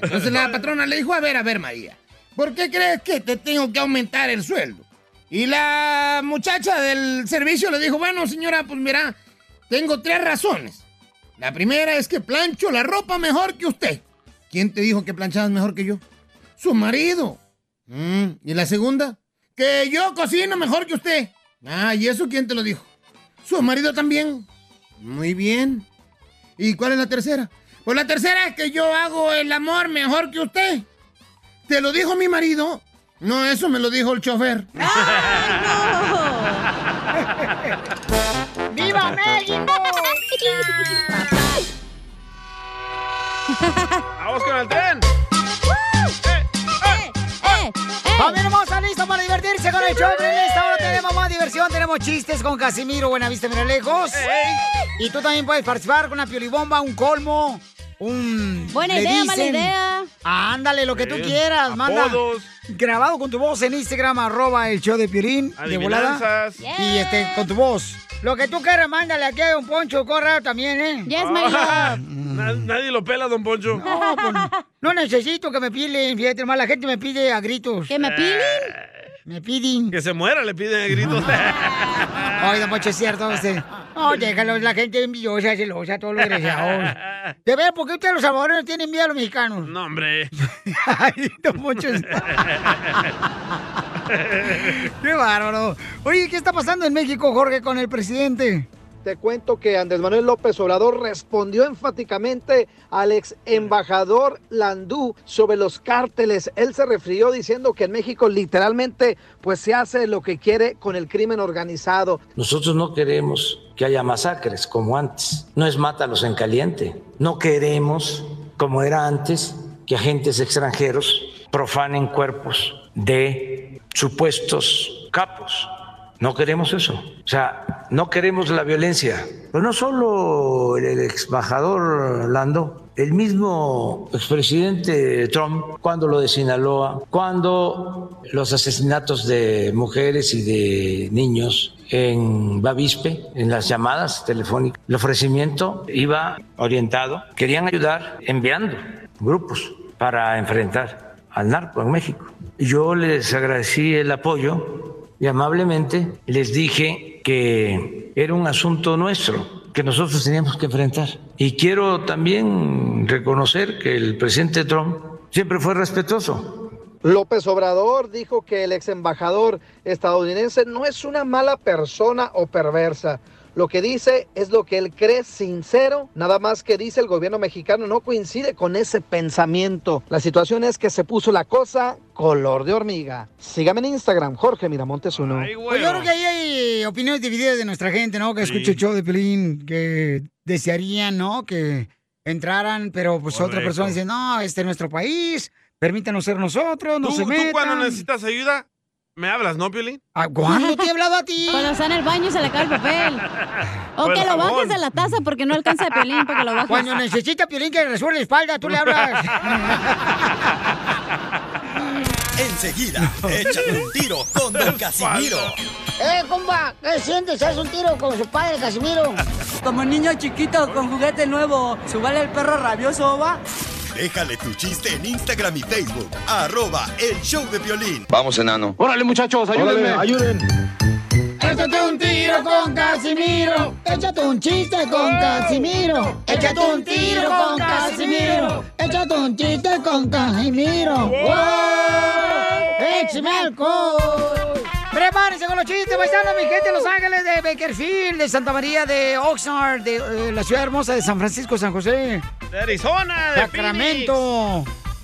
S13: Entonces la patrona le dijo, a ver, a ver, María, ¿por qué crees que te tengo que aumentar el sueldo? Y la muchacha del servicio le dijo, bueno, señora, pues mira, tengo tres razones. La primera es que plancho la ropa mejor que usted. ¿Quién te dijo que planchabas mejor que yo? Su marido. Mm, ¿Y la segunda? Que yo cocino mejor que usted. Ah, ¿y eso quién te lo dijo? Su marido también. Muy bien. ¿Y cuál es la tercera? Pues la tercera es que yo hago el amor mejor que usted. ¿Te lo dijo mi marido? No, eso me lo dijo el chofer.
S11: ¡Viva México!
S4: ¡Vamos con el tren!
S3: Eh,
S2: ¡Familia hermosa, lista para divertirse con el show! de esta hora tenemos más diversión, tenemos chistes con Casimiro, Buenavista, mira lejos. Y tú también puedes participar con una piolibomba, un colmo, un...
S3: Buena
S2: le
S3: idea, mala
S2: dicen.
S3: idea.
S2: Ándale, lo que tú
S3: Eh,
S2: quieras, manda.
S3: apodos.
S2: Grabado con tu voz en Instagram, arroba el show de Piolín, de volada.
S4: Adivinanzas.
S2: Y este, con tu voz. Lo que tú quieras, mándale aquí a un poncho, corra también, ¿eh?
S4: Ah, na- nadie lo pela, don Poncho.
S2: No, pues, no necesito que me pilen, fíjate, nomás la gente me pide a gritos. ¿Que me pilen? Eh, Me piden. Ah,
S4: Que se muera, le piden a gritos.
S2: Ay, don Pocho, es cierto usted. No, déjalo, la gente es envidiosa, celosa, todos los desgraciados. De ver, ¿por qué ustedes los salvadoreños tienen miedo a los mexicanos?
S4: No, hombre.
S2: Ay, don Pocho, es- qué bárbaro. Oye, ¿qué está pasando en México, Jorge, con el presidente?
S5: Te cuento que Andrés Manuel López Obrador respondió enfáticamente al ex embajador Landú sobre los cárteles. Él se refirió diciendo que en México literalmente pues se hace lo que quiere con el crimen organizado.
S8: Nosotros no queremos que haya masacres como antes. No es mátalos en caliente. No queremos, como era antes, que agentes extranjeros profanen cuerpos de supuestos capos. No queremos eso. O sea, no queremos la violencia. Pero no solo el ex embajador Lando, el mismo expresidente Trump, cuando lo de Sinaloa, cuando los asesinatos de mujeres y de niños en Bavispe, en las llamadas telefónicas, el ofrecimiento iba orientado, querían ayudar enviando grupos para enfrentar al narco en México. Yo les agradecí el apoyo y amablemente les dije que era un asunto nuestro que nosotros teníamos que enfrentar. Y quiero también reconocer que el presidente Trump siempre fue respetuoso
S5: López Obrador dijo que el ex embajador estadounidense no es una mala persona o perversa. Lo que dice es lo que él cree sincero, nada más que dice el gobierno mexicano no coincide con ese pensamiento. La situación es que se puso la cosa color de hormiga. Sígame en Instagram, Jorge Miramontes uno.
S2: Pues yo creo que ahí hay opiniones divididas de nuestra gente, ¿no? Que
S5: Sí.
S2: escucha el show de Pelín, que desearían, ¿no? Que entraran, pero pues otra
S4: Correcto.
S2: persona dice, no, este es nuestro país, permítanos ser nosotros, no
S4: ¿Tú,
S2: se
S4: tú
S2: metan.
S4: cuando necesitas ayuda, me hablas, ¿no, Piolín?
S2: Ah, ¿Cuándo te he hablado a ti?
S3: Cuando está en el baño y se le cae el papel. O
S4: Con
S3: que lo
S4: jabón.
S3: bajes de la taza porque no alcanza el pelín para que lo bajes.
S2: Cuando necesita Piolín que resuelva la espalda, tú le hablas.
S6: Enseguida, échate un tiro con Don Casimiro.
S11: ¡Eh, compa! ¿Qué sientes? ¿Haz un tiro con su padre, Casimiro?
S1: Como niño chiquito con juguete nuevo, ¿subale el perro rabioso, va?
S6: Déjale tu chiste en Instagram y Facebook, arroba el show de violín.
S24: Vamos, enano. Órale, muchachos,
S6: ayúdenme.
S24: ayuden.
S11: Échate un tiro con Casimiro. Échate un chiste con Casimiro. Échate un tiro con Casimiro. Échate un chiste con Casimiro. ¡Wow! ¡Échame alcohol!
S2: Prepárense con los chistes, paisanos, mi gente de Los Ángeles, de Bakersfield, de Santa María, de Oxnard, de eh, la ciudad hermosa de San Francisco, San José,
S4: De Arizona, de
S2: Sacramento,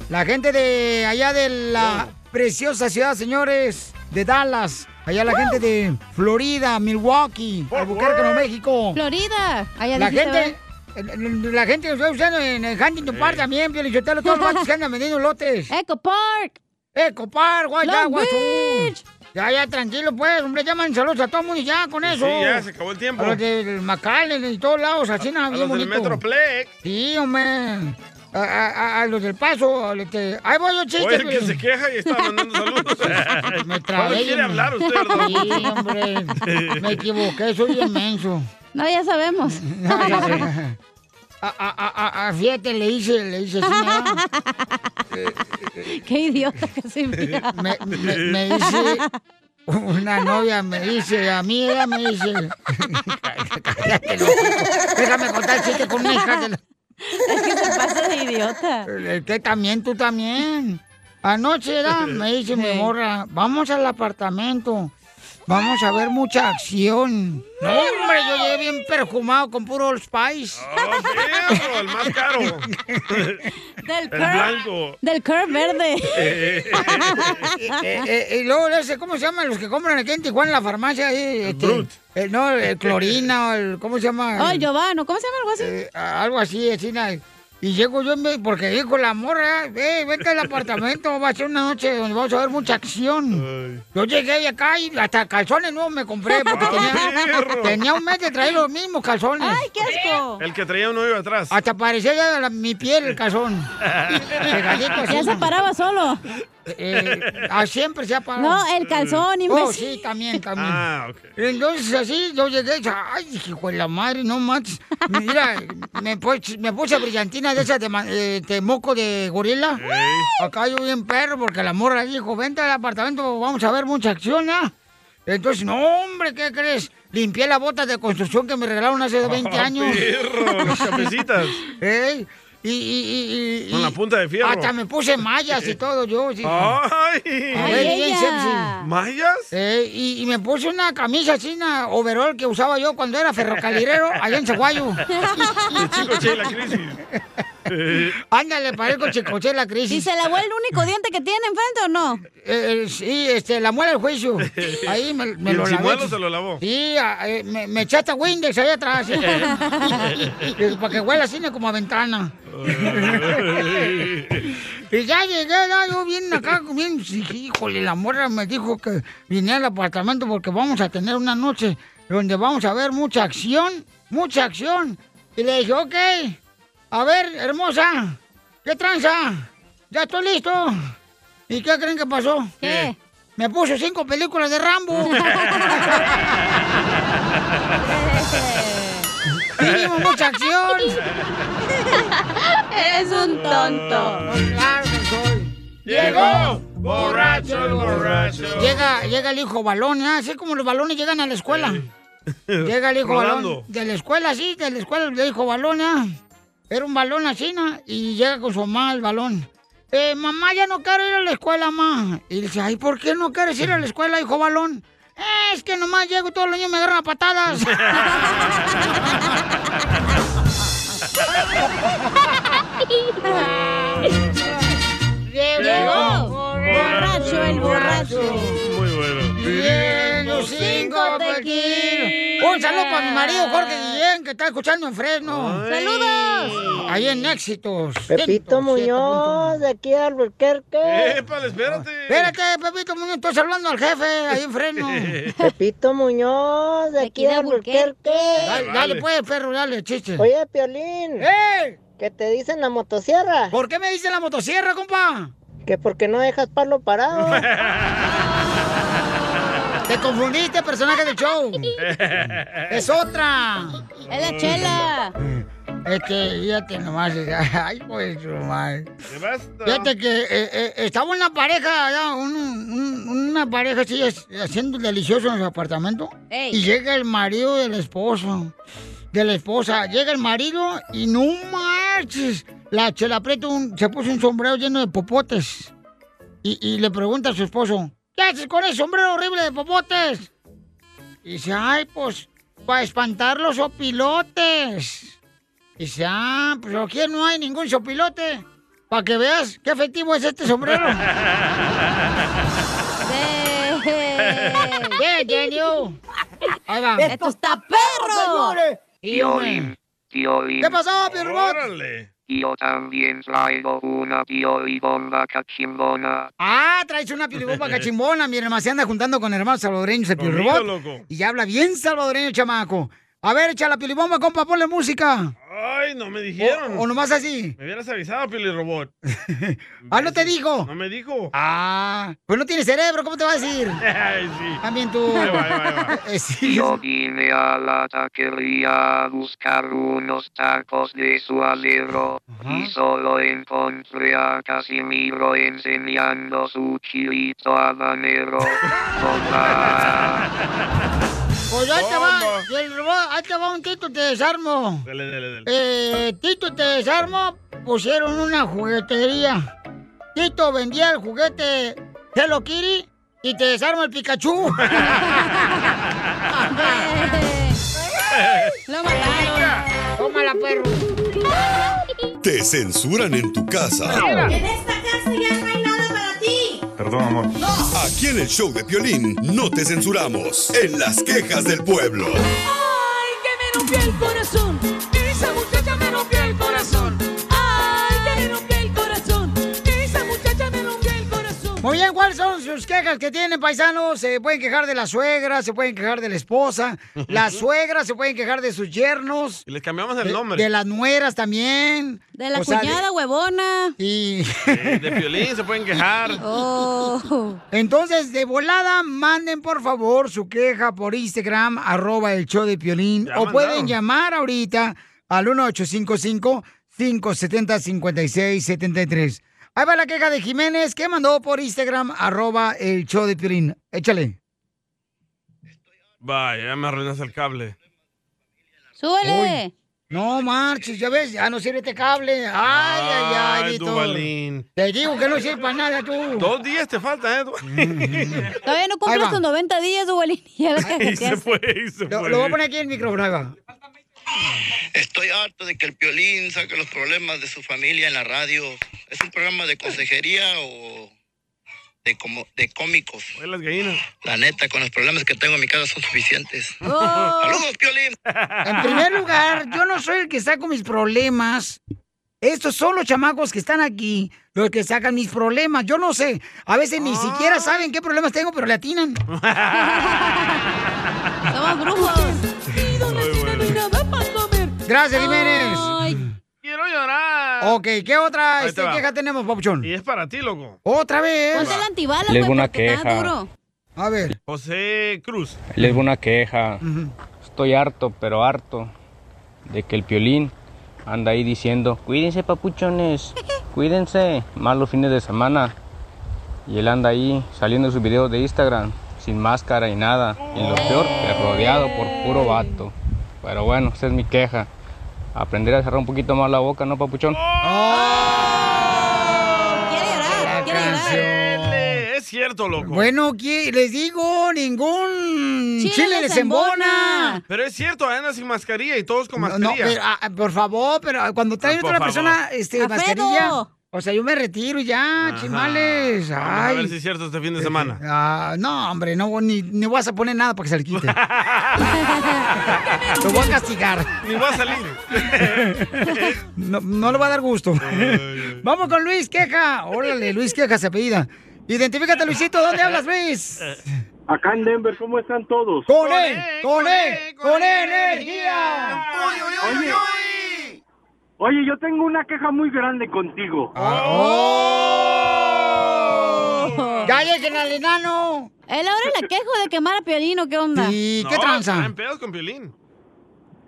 S2: la gente de allá de la preciosa ciudad, señores, de Dallas, allá la gente de Florida, Milwaukee, Albuquerque, Nuevo México.
S3: Florida. Allá
S2: La
S3: dijiste,
S2: gente, la gente que está usando en el Huntington
S3: Sí.
S2: Park también, Pio Lichotelo, todos los vatos que andan vendiendo lotes.
S3: Eco Park.
S2: Eco Park, guay, ya,
S4: Long
S2: guay, tú. Ya, ya, tranquilo, pues, hombre, llaman saludos a todo el mundo y ya con eso.
S4: Sí, ya se acabó el tiempo.
S2: A los del Macallen y todos lados, así nada,
S4: a
S2: bien
S4: los del
S2: bonito.
S4: Metroplex.
S2: Sí, hombre. A, a- a- a los del paso, a los que- ahí voy yo chiste.
S4: Oye, el que
S2: Piolín.
S4: se queja y está mandando saludos.
S2: Pues
S4: Me
S2: Trabé,
S4: quiere
S2: hombre.
S4: hablar usted, verdad?
S2: Sí, hombre, me equivoqué, soy inmenso.
S3: No, ya sabemos.
S2: A, a- a- a- fíjate, le hice, le hice así, ¿no?
S3: Qué idiota que se mira.
S2: me, me, me dice una novia, me dice, a mí ella me dice. Cállate, loco. Déjame contar el chiste con una hija de la-
S3: Es que se pasa de idiota.
S2: El que también, tú también. Anoche era, me dice mi morra, vamos al apartamento. Vamos a ver mucha acción. No, hombre, yo llegué bien perfumado con puro Old Spice.
S4: Perro, Oh, el más caro.
S3: Del
S4: El
S3: curb.
S4: blanco.
S3: Del curb verde.
S2: Eh, eh, y luego le hace, ¿cómo se llama? Los que compran aquí en Tijuana en la farmacia. ahí, este,
S3: Brut.
S2: eh, no, el clorina, o el, ¿cómo se llama?
S3: Oh, el Giovano, ¿cómo se llama algo así?
S2: a- algo así, así, na- Y llego yo, en vez- porque dijo la morra, eh, vete al apartamento, va a ser una noche donde vamos a ver mucha acción. Yo llegué y acá y hasta calzones nuevos me compré, porque tenía, tenía un mes de traer los mismos calzones. ¡Ay,
S3: qué asco!
S4: El que traía uno iba atrás.
S2: Hasta parecía ya la- mi piel el calzón. Pegadito así.
S3: Ya se paraba solo.
S2: Eh, ah, siempre se ha parado.
S3: No, el calzón,
S2: Oh,
S3: imbécil.
S2: sí, también, también.
S3: Ah,
S4: ok.
S2: Entonces, así, yo llegué y dije, ay, hijo de la madre, no manches. Mira, me, pus- me puse brillantina de esas de, ma- eh, de moco de gorila.
S4: Eh.
S11: Eh.
S2: Acá yo bien perro, porque la morra dijo, vente al apartamento, vamos a ver mucha acción, ¿ah? Entonces, no, hombre, ¿qué crees? Limpié la bota de construcción que me regalaron hace 20 años.
S4: Ah, Oh, Perro, las chapecitas.
S2: Este Ey, y, y- y- y-
S4: Con la punta de fierro.
S2: Hasta me puse mallas y todo yo. sí.
S4: Ay.
S2: A ver,
S4: Ay,
S2: bien
S4: ella.
S2: sexy.
S4: ¿Mallas?
S2: Eh, y, y me puse una camisa así, una overall que usaba yo cuando era ferrocarrilero allá en Zaguayo.
S4: El chico che, la crisis.
S2: Ándale, parezco chicoche la crisis.
S3: ¿Y se lavó el único diente que tiene enfrente o no?
S2: sí, este, la muela del juicio. Ahí me, me
S4: ¿Y el
S2: lo lavé.
S4: chimuelo se lo lavó?
S2: Sí, a- eh, me, me echaste a Windex allá atrás. Y Para que huela así como a ventana. Y ya llegué, ya, yo bien acá, bien, sí, híjole, la morra me dijo que vine al apartamento porque vamos a tener una noche donde vamos a ver mucha acción, mucha acción. Y le dije, ok, a ver, hermosa, ¿qué tranza? Ya estoy listo. ¿Y qué creen que pasó?
S3: ¿Qué?
S2: Me puso cinco películas de Rambo. Mínimo mucha acción.
S3: Eres un tonto.
S2: Claro que soy.
S7: Llegó borracho el borracho.
S2: Llega, llega el hijo balón, ¿eh? así como los balones llegan a la escuela. Llega el hijo
S7: Rolando.
S2: balón. De la escuela, sí, de la escuela le dijo balón, ¿eh? Era un balón así, ¿no? Y llega con su mamá el balón. Eh, mamá, ya no quiero ir a la escuela, mamá. Y dice, ay, ¿por qué no quieres ir a la escuela, hijo balón? Es que nomás llego y todos los niños me agarran a patadas.
S11: Llegó
S2: borracho el borracho.
S4: Muy bueno.
S2: Llegó cinco tequilas. Un saludo para mi marido Jorge Guillén, que está escuchando en Fresno. ¡Saludos! Ahí en Éxitos.
S8: Pepito Muñoz, de aquí a Albuquerque.
S4: Épale, espérate.
S2: Espérate, Pepito Muñoz, estás hablando al jefe ahí en Fresno.
S8: Pepito Muñoz, de aquí a Albuquerque.
S2: Dale, dale, pues, perro, dale, chiste.
S8: Oye, Piolín.
S2: ¡Ey!
S8: ¿Qué te dicen la motosierra?
S2: ¿Por qué me dice la motosierra, compa?
S8: Que porque no dejas palo parado.
S2: Te confundiste, personaje del show. es otra.
S3: Es la chela.
S2: Es que, fíjate nomás, ay, pues, nomás.
S4: Te basta.
S2: Fíjate que eh, eh, estaba una pareja, allá, un- un- una pareja así, es- haciendo delicioso en su apartamento.
S3: Ey.
S2: Y llega el marido del esposo, de la esposa. Llega el marido y no marches. La chela Prieto un- se puso un sombrero lleno de popotes. Y, y le pregunta a su esposo, ¿qué haces con ese sombrero horrible de popotes? Y dice, ay, pues, para espantar los opilotes. Y dice, ah, pues aquí no hay ningún sopilote. Para que veas qué efectivo es este sombrero. ¡Bien, genio! Ahí va.
S3: ¡Esto está perro!
S2: Piolín,
S18: Piolín.
S2: ¿Qué pasó, Pierrot?
S4: Órale.
S18: Yo también traigo una piolibomba cachimbona.
S2: Ah, traes una piribomba cachimbona. Mi hermano se anda juntando con hermanos salvadoreños el
S18: Conmigo,
S2: piribot.
S4: loco.
S2: Y ya habla bien salvadoreño, chamaco. A ver, echa la piribomba, compa, ponle música.
S4: Ay, no me dijeron.
S2: O- o nomás así.
S4: Me hubieras avisado, Pili Robot.
S2: Ah, no te digo.
S4: No me dijo.
S2: Ah, pues no tiene cerebro, ¿cómo te va a decir?
S4: Ay, sí.
S2: También tú.
S4: Ahí va, ahí va,
S2: Eh, sí.
S18: Yo vine a la taquería a buscar unos tacos de suadero y solo encontré a Casimiro enseñando su chilito habanero. Hola.
S2: Pues ahí te va, y el robot- ahí te va un tito, te desarmo.
S4: Dale, dale, dale.
S2: Eh, Tito te desarmo, pusieron una juguetería. Tito vendía el juguete Hello Kitty y te desarmo el Pikachu.
S3: Lo mataron.
S2: Tómala, perro.
S6: Te censuran en tu casa.
S11: En esta casa ya no hay nada para ti.
S6: Perdón, amor. Aquí en el show de Piolín no te censuramos. En las quejas del pueblo.
S11: Ay, que me rompió el corazón. Esa muchacha me rompió el corazón. Ay, que me rompió el corazón. Esa muchacha me rompió el corazón.
S2: Muy bien, ¿cuáles son sus quejas que tienen, paisanos? Se pueden quejar de la suegra, se pueden quejar de la esposa, la suegra, se pueden quejar de sus yernos.
S4: Y les cambiamos el
S2: de-
S4: nombre.
S2: De, las nueras también.
S3: De la cuñada
S2: huevona. Y...
S4: Eh, de Piolín se pueden quejar.
S3: Oh.
S2: Entonces, de volada, manden por favor su queja por Instagram, arroba el show de Piolín.
S4: Ya
S2: O
S4: mandaron.
S2: pueden llamar ahorita al 1855-570-5673. Ahí va la queja de Jiménez que mandó por Instagram, arroba el show de Piolín. Échale.
S4: Vaya, ya me arruinas el cable.
S3: ¡Súbele!
S2: Uy. No marches, ya ves, ya no sirve este cable. Ay, ay, ay, Víctor.
S4: Duvalín.
S2: Te digo que no sirve para nada tú.
S4: Dos días te falta, ¿eh? Duvalín?
S3: Todavía no cumples
S4: Ahí va.
S3: tus 90 días, Duvalín. Ya la
S4: y se
S3: cajeteaste.
S4: fue, y se
S2: Lo,
S4: fue.
S2: lo voy a poner aquí en el micrófono, ahí va.
S25: Estoy harto de que el Piolín saque los problemas de su familia en la radio. ¿Es un programa de consejería o de, como, de cómicos?
S4: las gallinas.
S25: La neta, con los problemas que tengo en mi casa son suficientes.
S2: Oh.
S25: ¡Saludos, Piolín!
S2: En primer lugar, yo no soy el que saco mis problemas. Estos son los chamacos que están aquí, los que sacan mis problemas. Yo no sé. A veces ni
S4: Ah.
S2: siquiera saben qué problemas tengo, pero le atinan.
S3: Somos brujos.
S2: Gracias, Jiménez.
S4: Quiero llorar.
S2: Ok, ¿qué otra
S4: Ahí
S2: este,
S4: te va.
S2: queja tenemos, Popchón?
S4: Y es para ti, loco.
S2: ¿Otra vez?
S4: Ponte el
S3: antibalas,
S26: Llegó güey, una porque está queja. duro.
S2: A ver.
S4: José Cruz.
S26: Les una queja. Estoy harto, pero harto de que el piolín anda ahí diciendo, cuídense papuchones, cuídense, más los fines de semana. Y él anda ahí saliendo sus videos de Instagram sin máscara y nada. Y lo peor, que rodeado por puro vato. Pero bueno, esa es mi queja. Aprender a cerrar un poquito más la boca, ¿no,
S2: Oh.
S4: Oh.
S26: papuchón?
S4: Es cierto, loco.
S2: Bueno, ¿qué? les digo, ningún chile, les embona.
S4: Pero es cierto, anda sin mascarilla y todos con
S2: No, no,
S4: mascarilla.
S2: pero, ah, ah, por favor, pero cuando trae
S4: Ah, por
S2: otra
S4: favor.
S2: persona este,
S4: ¡A
S2: mascarilla,
S4: pedo!
S2: o sea, yo me retiro y ya,
S4: Ajá.
S2: chimales.
S4: Vamos a ver
S2: Ay.
S4: si es cierto este fin de semana.
S2: Ah, no, hombre, no, ni, ni vas a poner nada para que se le quite. Lo voy a castigar.
S4: Ni va a salir.
S2: No, no le va a dar gusto. Vamos con Luis Queja. Órale, Luis Queja se apellida. Identifícate, Luisito. ¿Dónde hablas, Luis?
S9: Acá en Denver, ¿cómo están todos?
S2: ¡Con él!
S4: E,
S2: ¡Con él! ¡Con E. energía!
S9: Oye, oye, yo tengo una queja muy grande contigo.
S2: ¡Ya lleguen al enano!
S3: El ahora la quejo de quemar a Piolín, ¿o qué onda?
S2: ¿Y
S4: No, traen pedos con Piolín.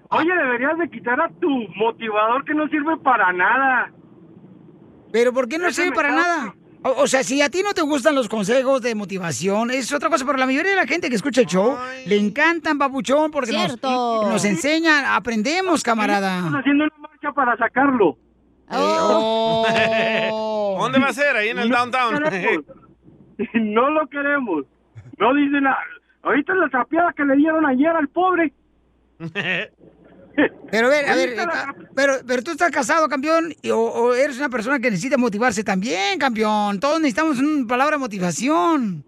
S9: Oye, deberías de quitar a tu motivador que no sirve para nada.
S2: ¿Pero por qué no sirve para nada? O, o sea, si a ti no te gustan los consejos de motivación, es otra cosa, pero la mayoría de la gente que escucha el show le encantan, papuchón, porque nos,
S3: Cierto.
S2: nos enseñan, aprendemos, camarada. Eh,
S9: haciendo una marcha para sacarlo.
S2: oh.
S14: Oh.
S4: ¿Dónde va a ser? Ahí en el
S9: No
S4: downtown.
S9: lo queremos. No lo queremos. No dice nada. Ahorita la trapeada que le dieron ayer al pobre.
S2: Pero a ver, a ver, eh, ca- pero, pero tú estás casado, campeón, y- o, o eres una persona que necesita motivarse también, campeón. Todos necesitamos una palabra de motivación.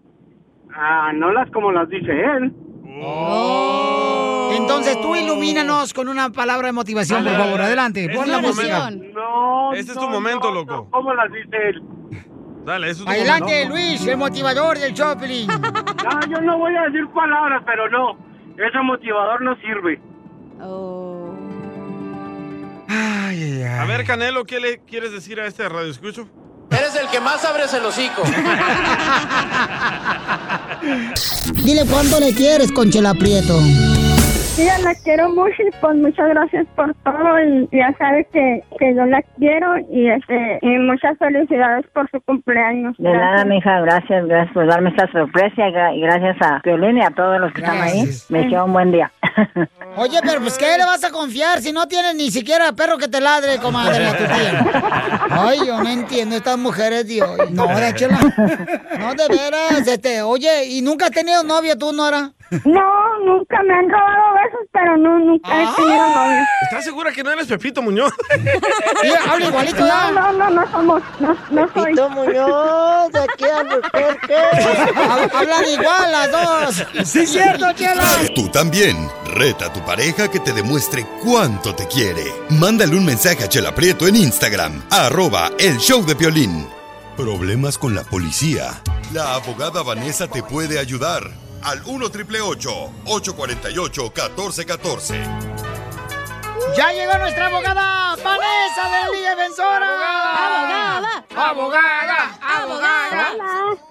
S9: Ah, no las como las dice él.
S2: Oh. Entonces tú ilumínanos con una palabra de motivación, por favor. Adelante, pon la música.
S9: No,
S4: Este es tu momento, loco.
S9: ¿Cómo las dice él?
S4: Dale, eso es tu
S2: Adelante,
S4: momento.
S2: Luis, el motivador del shopping.
S9: No, yo no voy a decir palabras, pero no. Ese motivador no sirve.
S4: Oh. A ver, Canelo, ¿qué le quieres decir a este radio escucho?
S27: Eres el que más abres el hocico.
S11: Dile cuánto le quieres, Conchela Prieto.
S15: Yo la quiero mucho y pues muchas gracias por todo y ya sabe que, que yo la quiero y este y muchas felicidades por su cumpleaños.
S19: De nada,
S15: Gracias.
S19: mija, gracias, gracias por darme esta sorpresa y gra- y gracias a Violín y a todos los que
S11: Gracias.
S19: están ahí. Me quedó un buen día.
S11: Oye, pero pues ¿qué le vas a confiar si no tienes ni siquiera perro que te ladre, comadre, a tu tía? Ay, yo no entiendo estas mujeres de hoy. No, de hecho, la- no, de veras, este, oye, ¿y nunca has tenido novio tú, Nora?
S15: No, nunca me han robado besos, pero no, nunca he tenido
S11: Ah.
S15: novio.
S4: ¿Estás segura que no eres Pepito Muñoz?
S15: No, no, no, no somos, no, no soy.
S24: Muñoz, de aquí a
S11: Hablan igual las dos.
S15: Sí, cierto, Chela.
S6: Tú también. Reta a tu pareja que te demuestre cuánto te quiere. Mándale un mensaje a Chela Prieto en Instagram. Arroba el show de Piolín. Problemas con la policía. La abogada Vanessa te puede ayudar. Al 1 triple 848 1414.
S2: Ya llegó nuestra abogada, Vanessa de Liga Defensora. Abogada, abogada, abogada.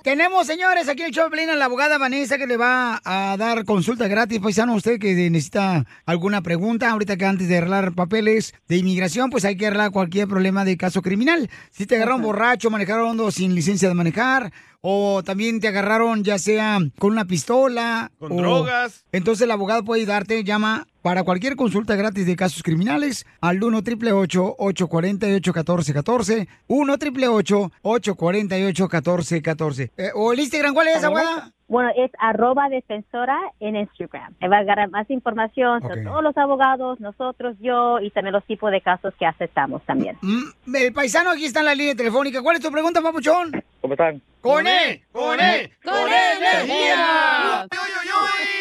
S2: Tenemos, señores, aquí en el Choplin a la abogada Vanessa que le va a dar consulta gratis. Paisano, usted que necesita alguna pregunta, ahorita que antes de arreglar papeles de inmigración, pues hay que arreglar cualquier problema de caso criminal. Si te agarraron borracho, manejaron sin licencia de manejar, o también te agarraron ya sea con una pistola.
S4: Con
S2: o-
S4: drogas.
S2: Entonces el abogado puede ayudarte, llama para cualquier consulta gratis de casos criminales al 1 888 848 1414 1 888 848 1414 Eh, ¿O el Instagram cuál es, abogada?
S28: Bueno, es arroba defensora en Instagram. Ahí va a agarrar más información sobre
S2: Ok.
S28: todos los abogados, nosotros, yo y también los tipos de casos que aceptamos también.
S2: Mm, El paisano aquí está en la línea telefónica. ¿Cuál es tu pregunta, papuchón?
S29: ¿Cómo están?
S2: ¡Con él! ¡Con E. él! ¡Con él, energía!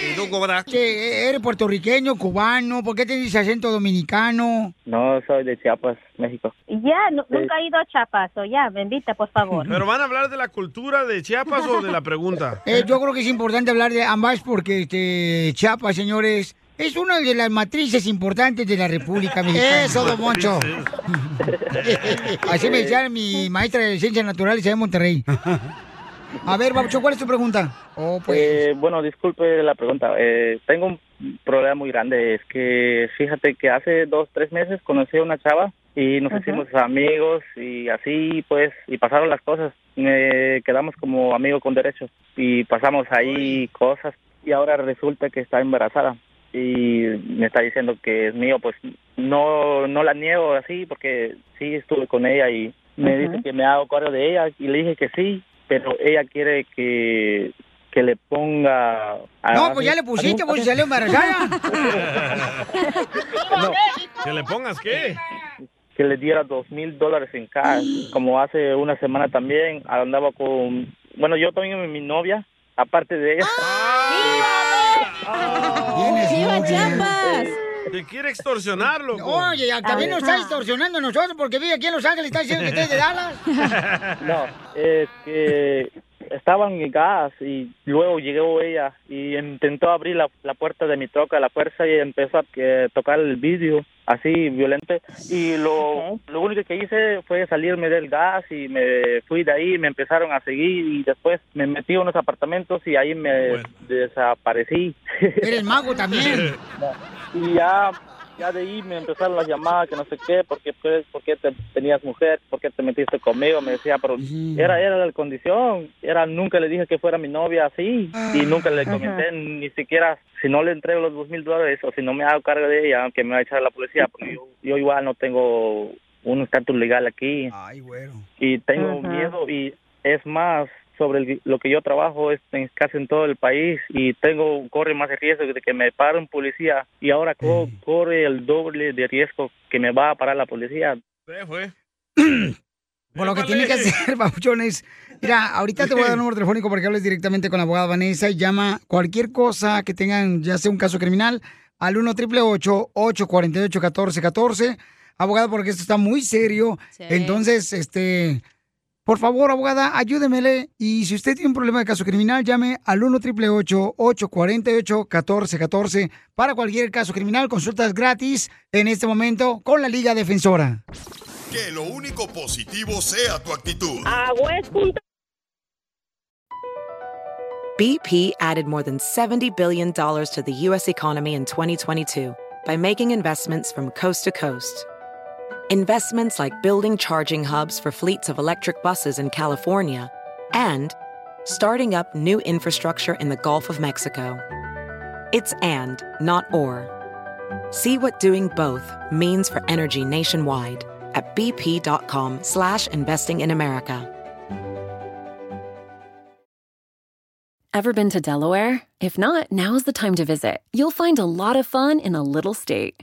S4: Y tú cobras.
S2: Che, eres puertorriqueño, cubano, ¿por qué tienes acento dominicano?
S29: No, soy de Chiapas, México.
S28: Ya, nu-
S29: Sí.
S28: nunca he ido a Chiapas, o ya, bendita, por favor.
S4: ¿Pero van a hablar de la cultura de Chiapas o de la pregunta?
S2: Eh, yo creo que es importante hablar de ambas porque este, Chiapas, señores, es una de las matrices importantes de la República Mexicana.
S11: Eso, don Moncho.
S2: Así me decía mi maestra de Ciencias Naturales allá en Monterrey. A ver, Babucho, ¿cuál es tu pregunta? Oh, pues.
S29: Eh, bueno, disculpe la pregunta. Eh, tengo un problema muy grande. Es que fíjate que hace dos, tres meses conocí a una chava y nos
S30: Ajá.
S29: hicimos amigos y así pues, y pasaron las cosas. Me quedamos como amigos con derechos y pasamos ahí cosas y ahora resulta que está embarazada y me está diciendo que es mío. Pues no, no la niego así porque sí estuve con ella y me
S30: Ajá.
S29: dice que me hago cargo de ella y le dije que sí pero ella quiere que, que le ponga... a-
S2: No, pues ya le pusiste,
S29: algún-
S2: pues salió embarazada.
S29: No,
S11: ¿Que le pongas qué?
S29: que le diera dos mil dólares en cash. Como hace una semana también andaba con, bueno, yo también mi novia, aparte de ella.
S11: Ah, ¡Viva
S29: Chiapas!
S11: Te quiere extorsionar, loco.
S2: Oye, ya, también nos está distorsionando a nosotros porque vive aquí en Los Ángeles y está diciendo que usted es de Dallas.
S29: No, es que estaba en mi gas y luego llegó ella y intentó abrir la, la puerta de mi troca a la fuerza y empezó a que, tocar el vídeo así violente y lo, lo único que hice fue salirme del gas y me fui de ahí, me empezaron a seguir y después me metí a unos apartamentos y ahí me desaparecí.
S2: Eres mago también.
S29: Y ya, ya de ahí me empezaron las llamadas, que no sé qué, porque pues, por qué te tenías mujer, por qué te metiste conmigo, me decía, pero era, era la condición, era, nunca le dije que fuera mi novia así, y nunca le
S5: Ajá.
S29: comenté, ni siquiera, si no le entrego los dos mil dólares, o si no me hago cargo de ella, que me va a echar la policía, porque yo, yo igual no tengo un estatus legal aquí, y tengo
S5: Ajá.
S29: miedo, y es más, sobre el- lo que yo trabajo es en- casi en todo el país y tengo corre más el riesgo de que me pare un policía y ahora co- corre el doble de riesgo que me va a parar la policía.
S11: Se fue.
S2: Por lo que tiene que hacer, Papuchón, es... Mira, ahorita te voy a dar un número telefónico para que hables directamente con la abogada Vanessa y llama cualquier cosa que tengan, ya sea un caso criminal, al 1 888 848 1414 Abogada, porque esto está muy serio.
S31: Sí.
S2: Entonces, este... Por favor, abogada, ayúdemele. Y si usted tiene un problema de caso criminal, llame al 1 888 848 1414 para cualquier caso criminal. Consultas gratis en este momento con la Liga Defensora.
S6: Que lo único positivo sea tu actitud.
S1: BP added more than $70 billion to the U.S. economy in 2022 by making investments from coast to coast. Investments like building charging hubs for fleets of electric buses in California and starting up new infrastructure in the Gulf of Mexico. It's and, not or. See what doing both means for energy nationwide at bp.com slash investing in America.
S32: Ever been to Delaware? If not, now's the time to visit. You'll find a lot of fun in a little state.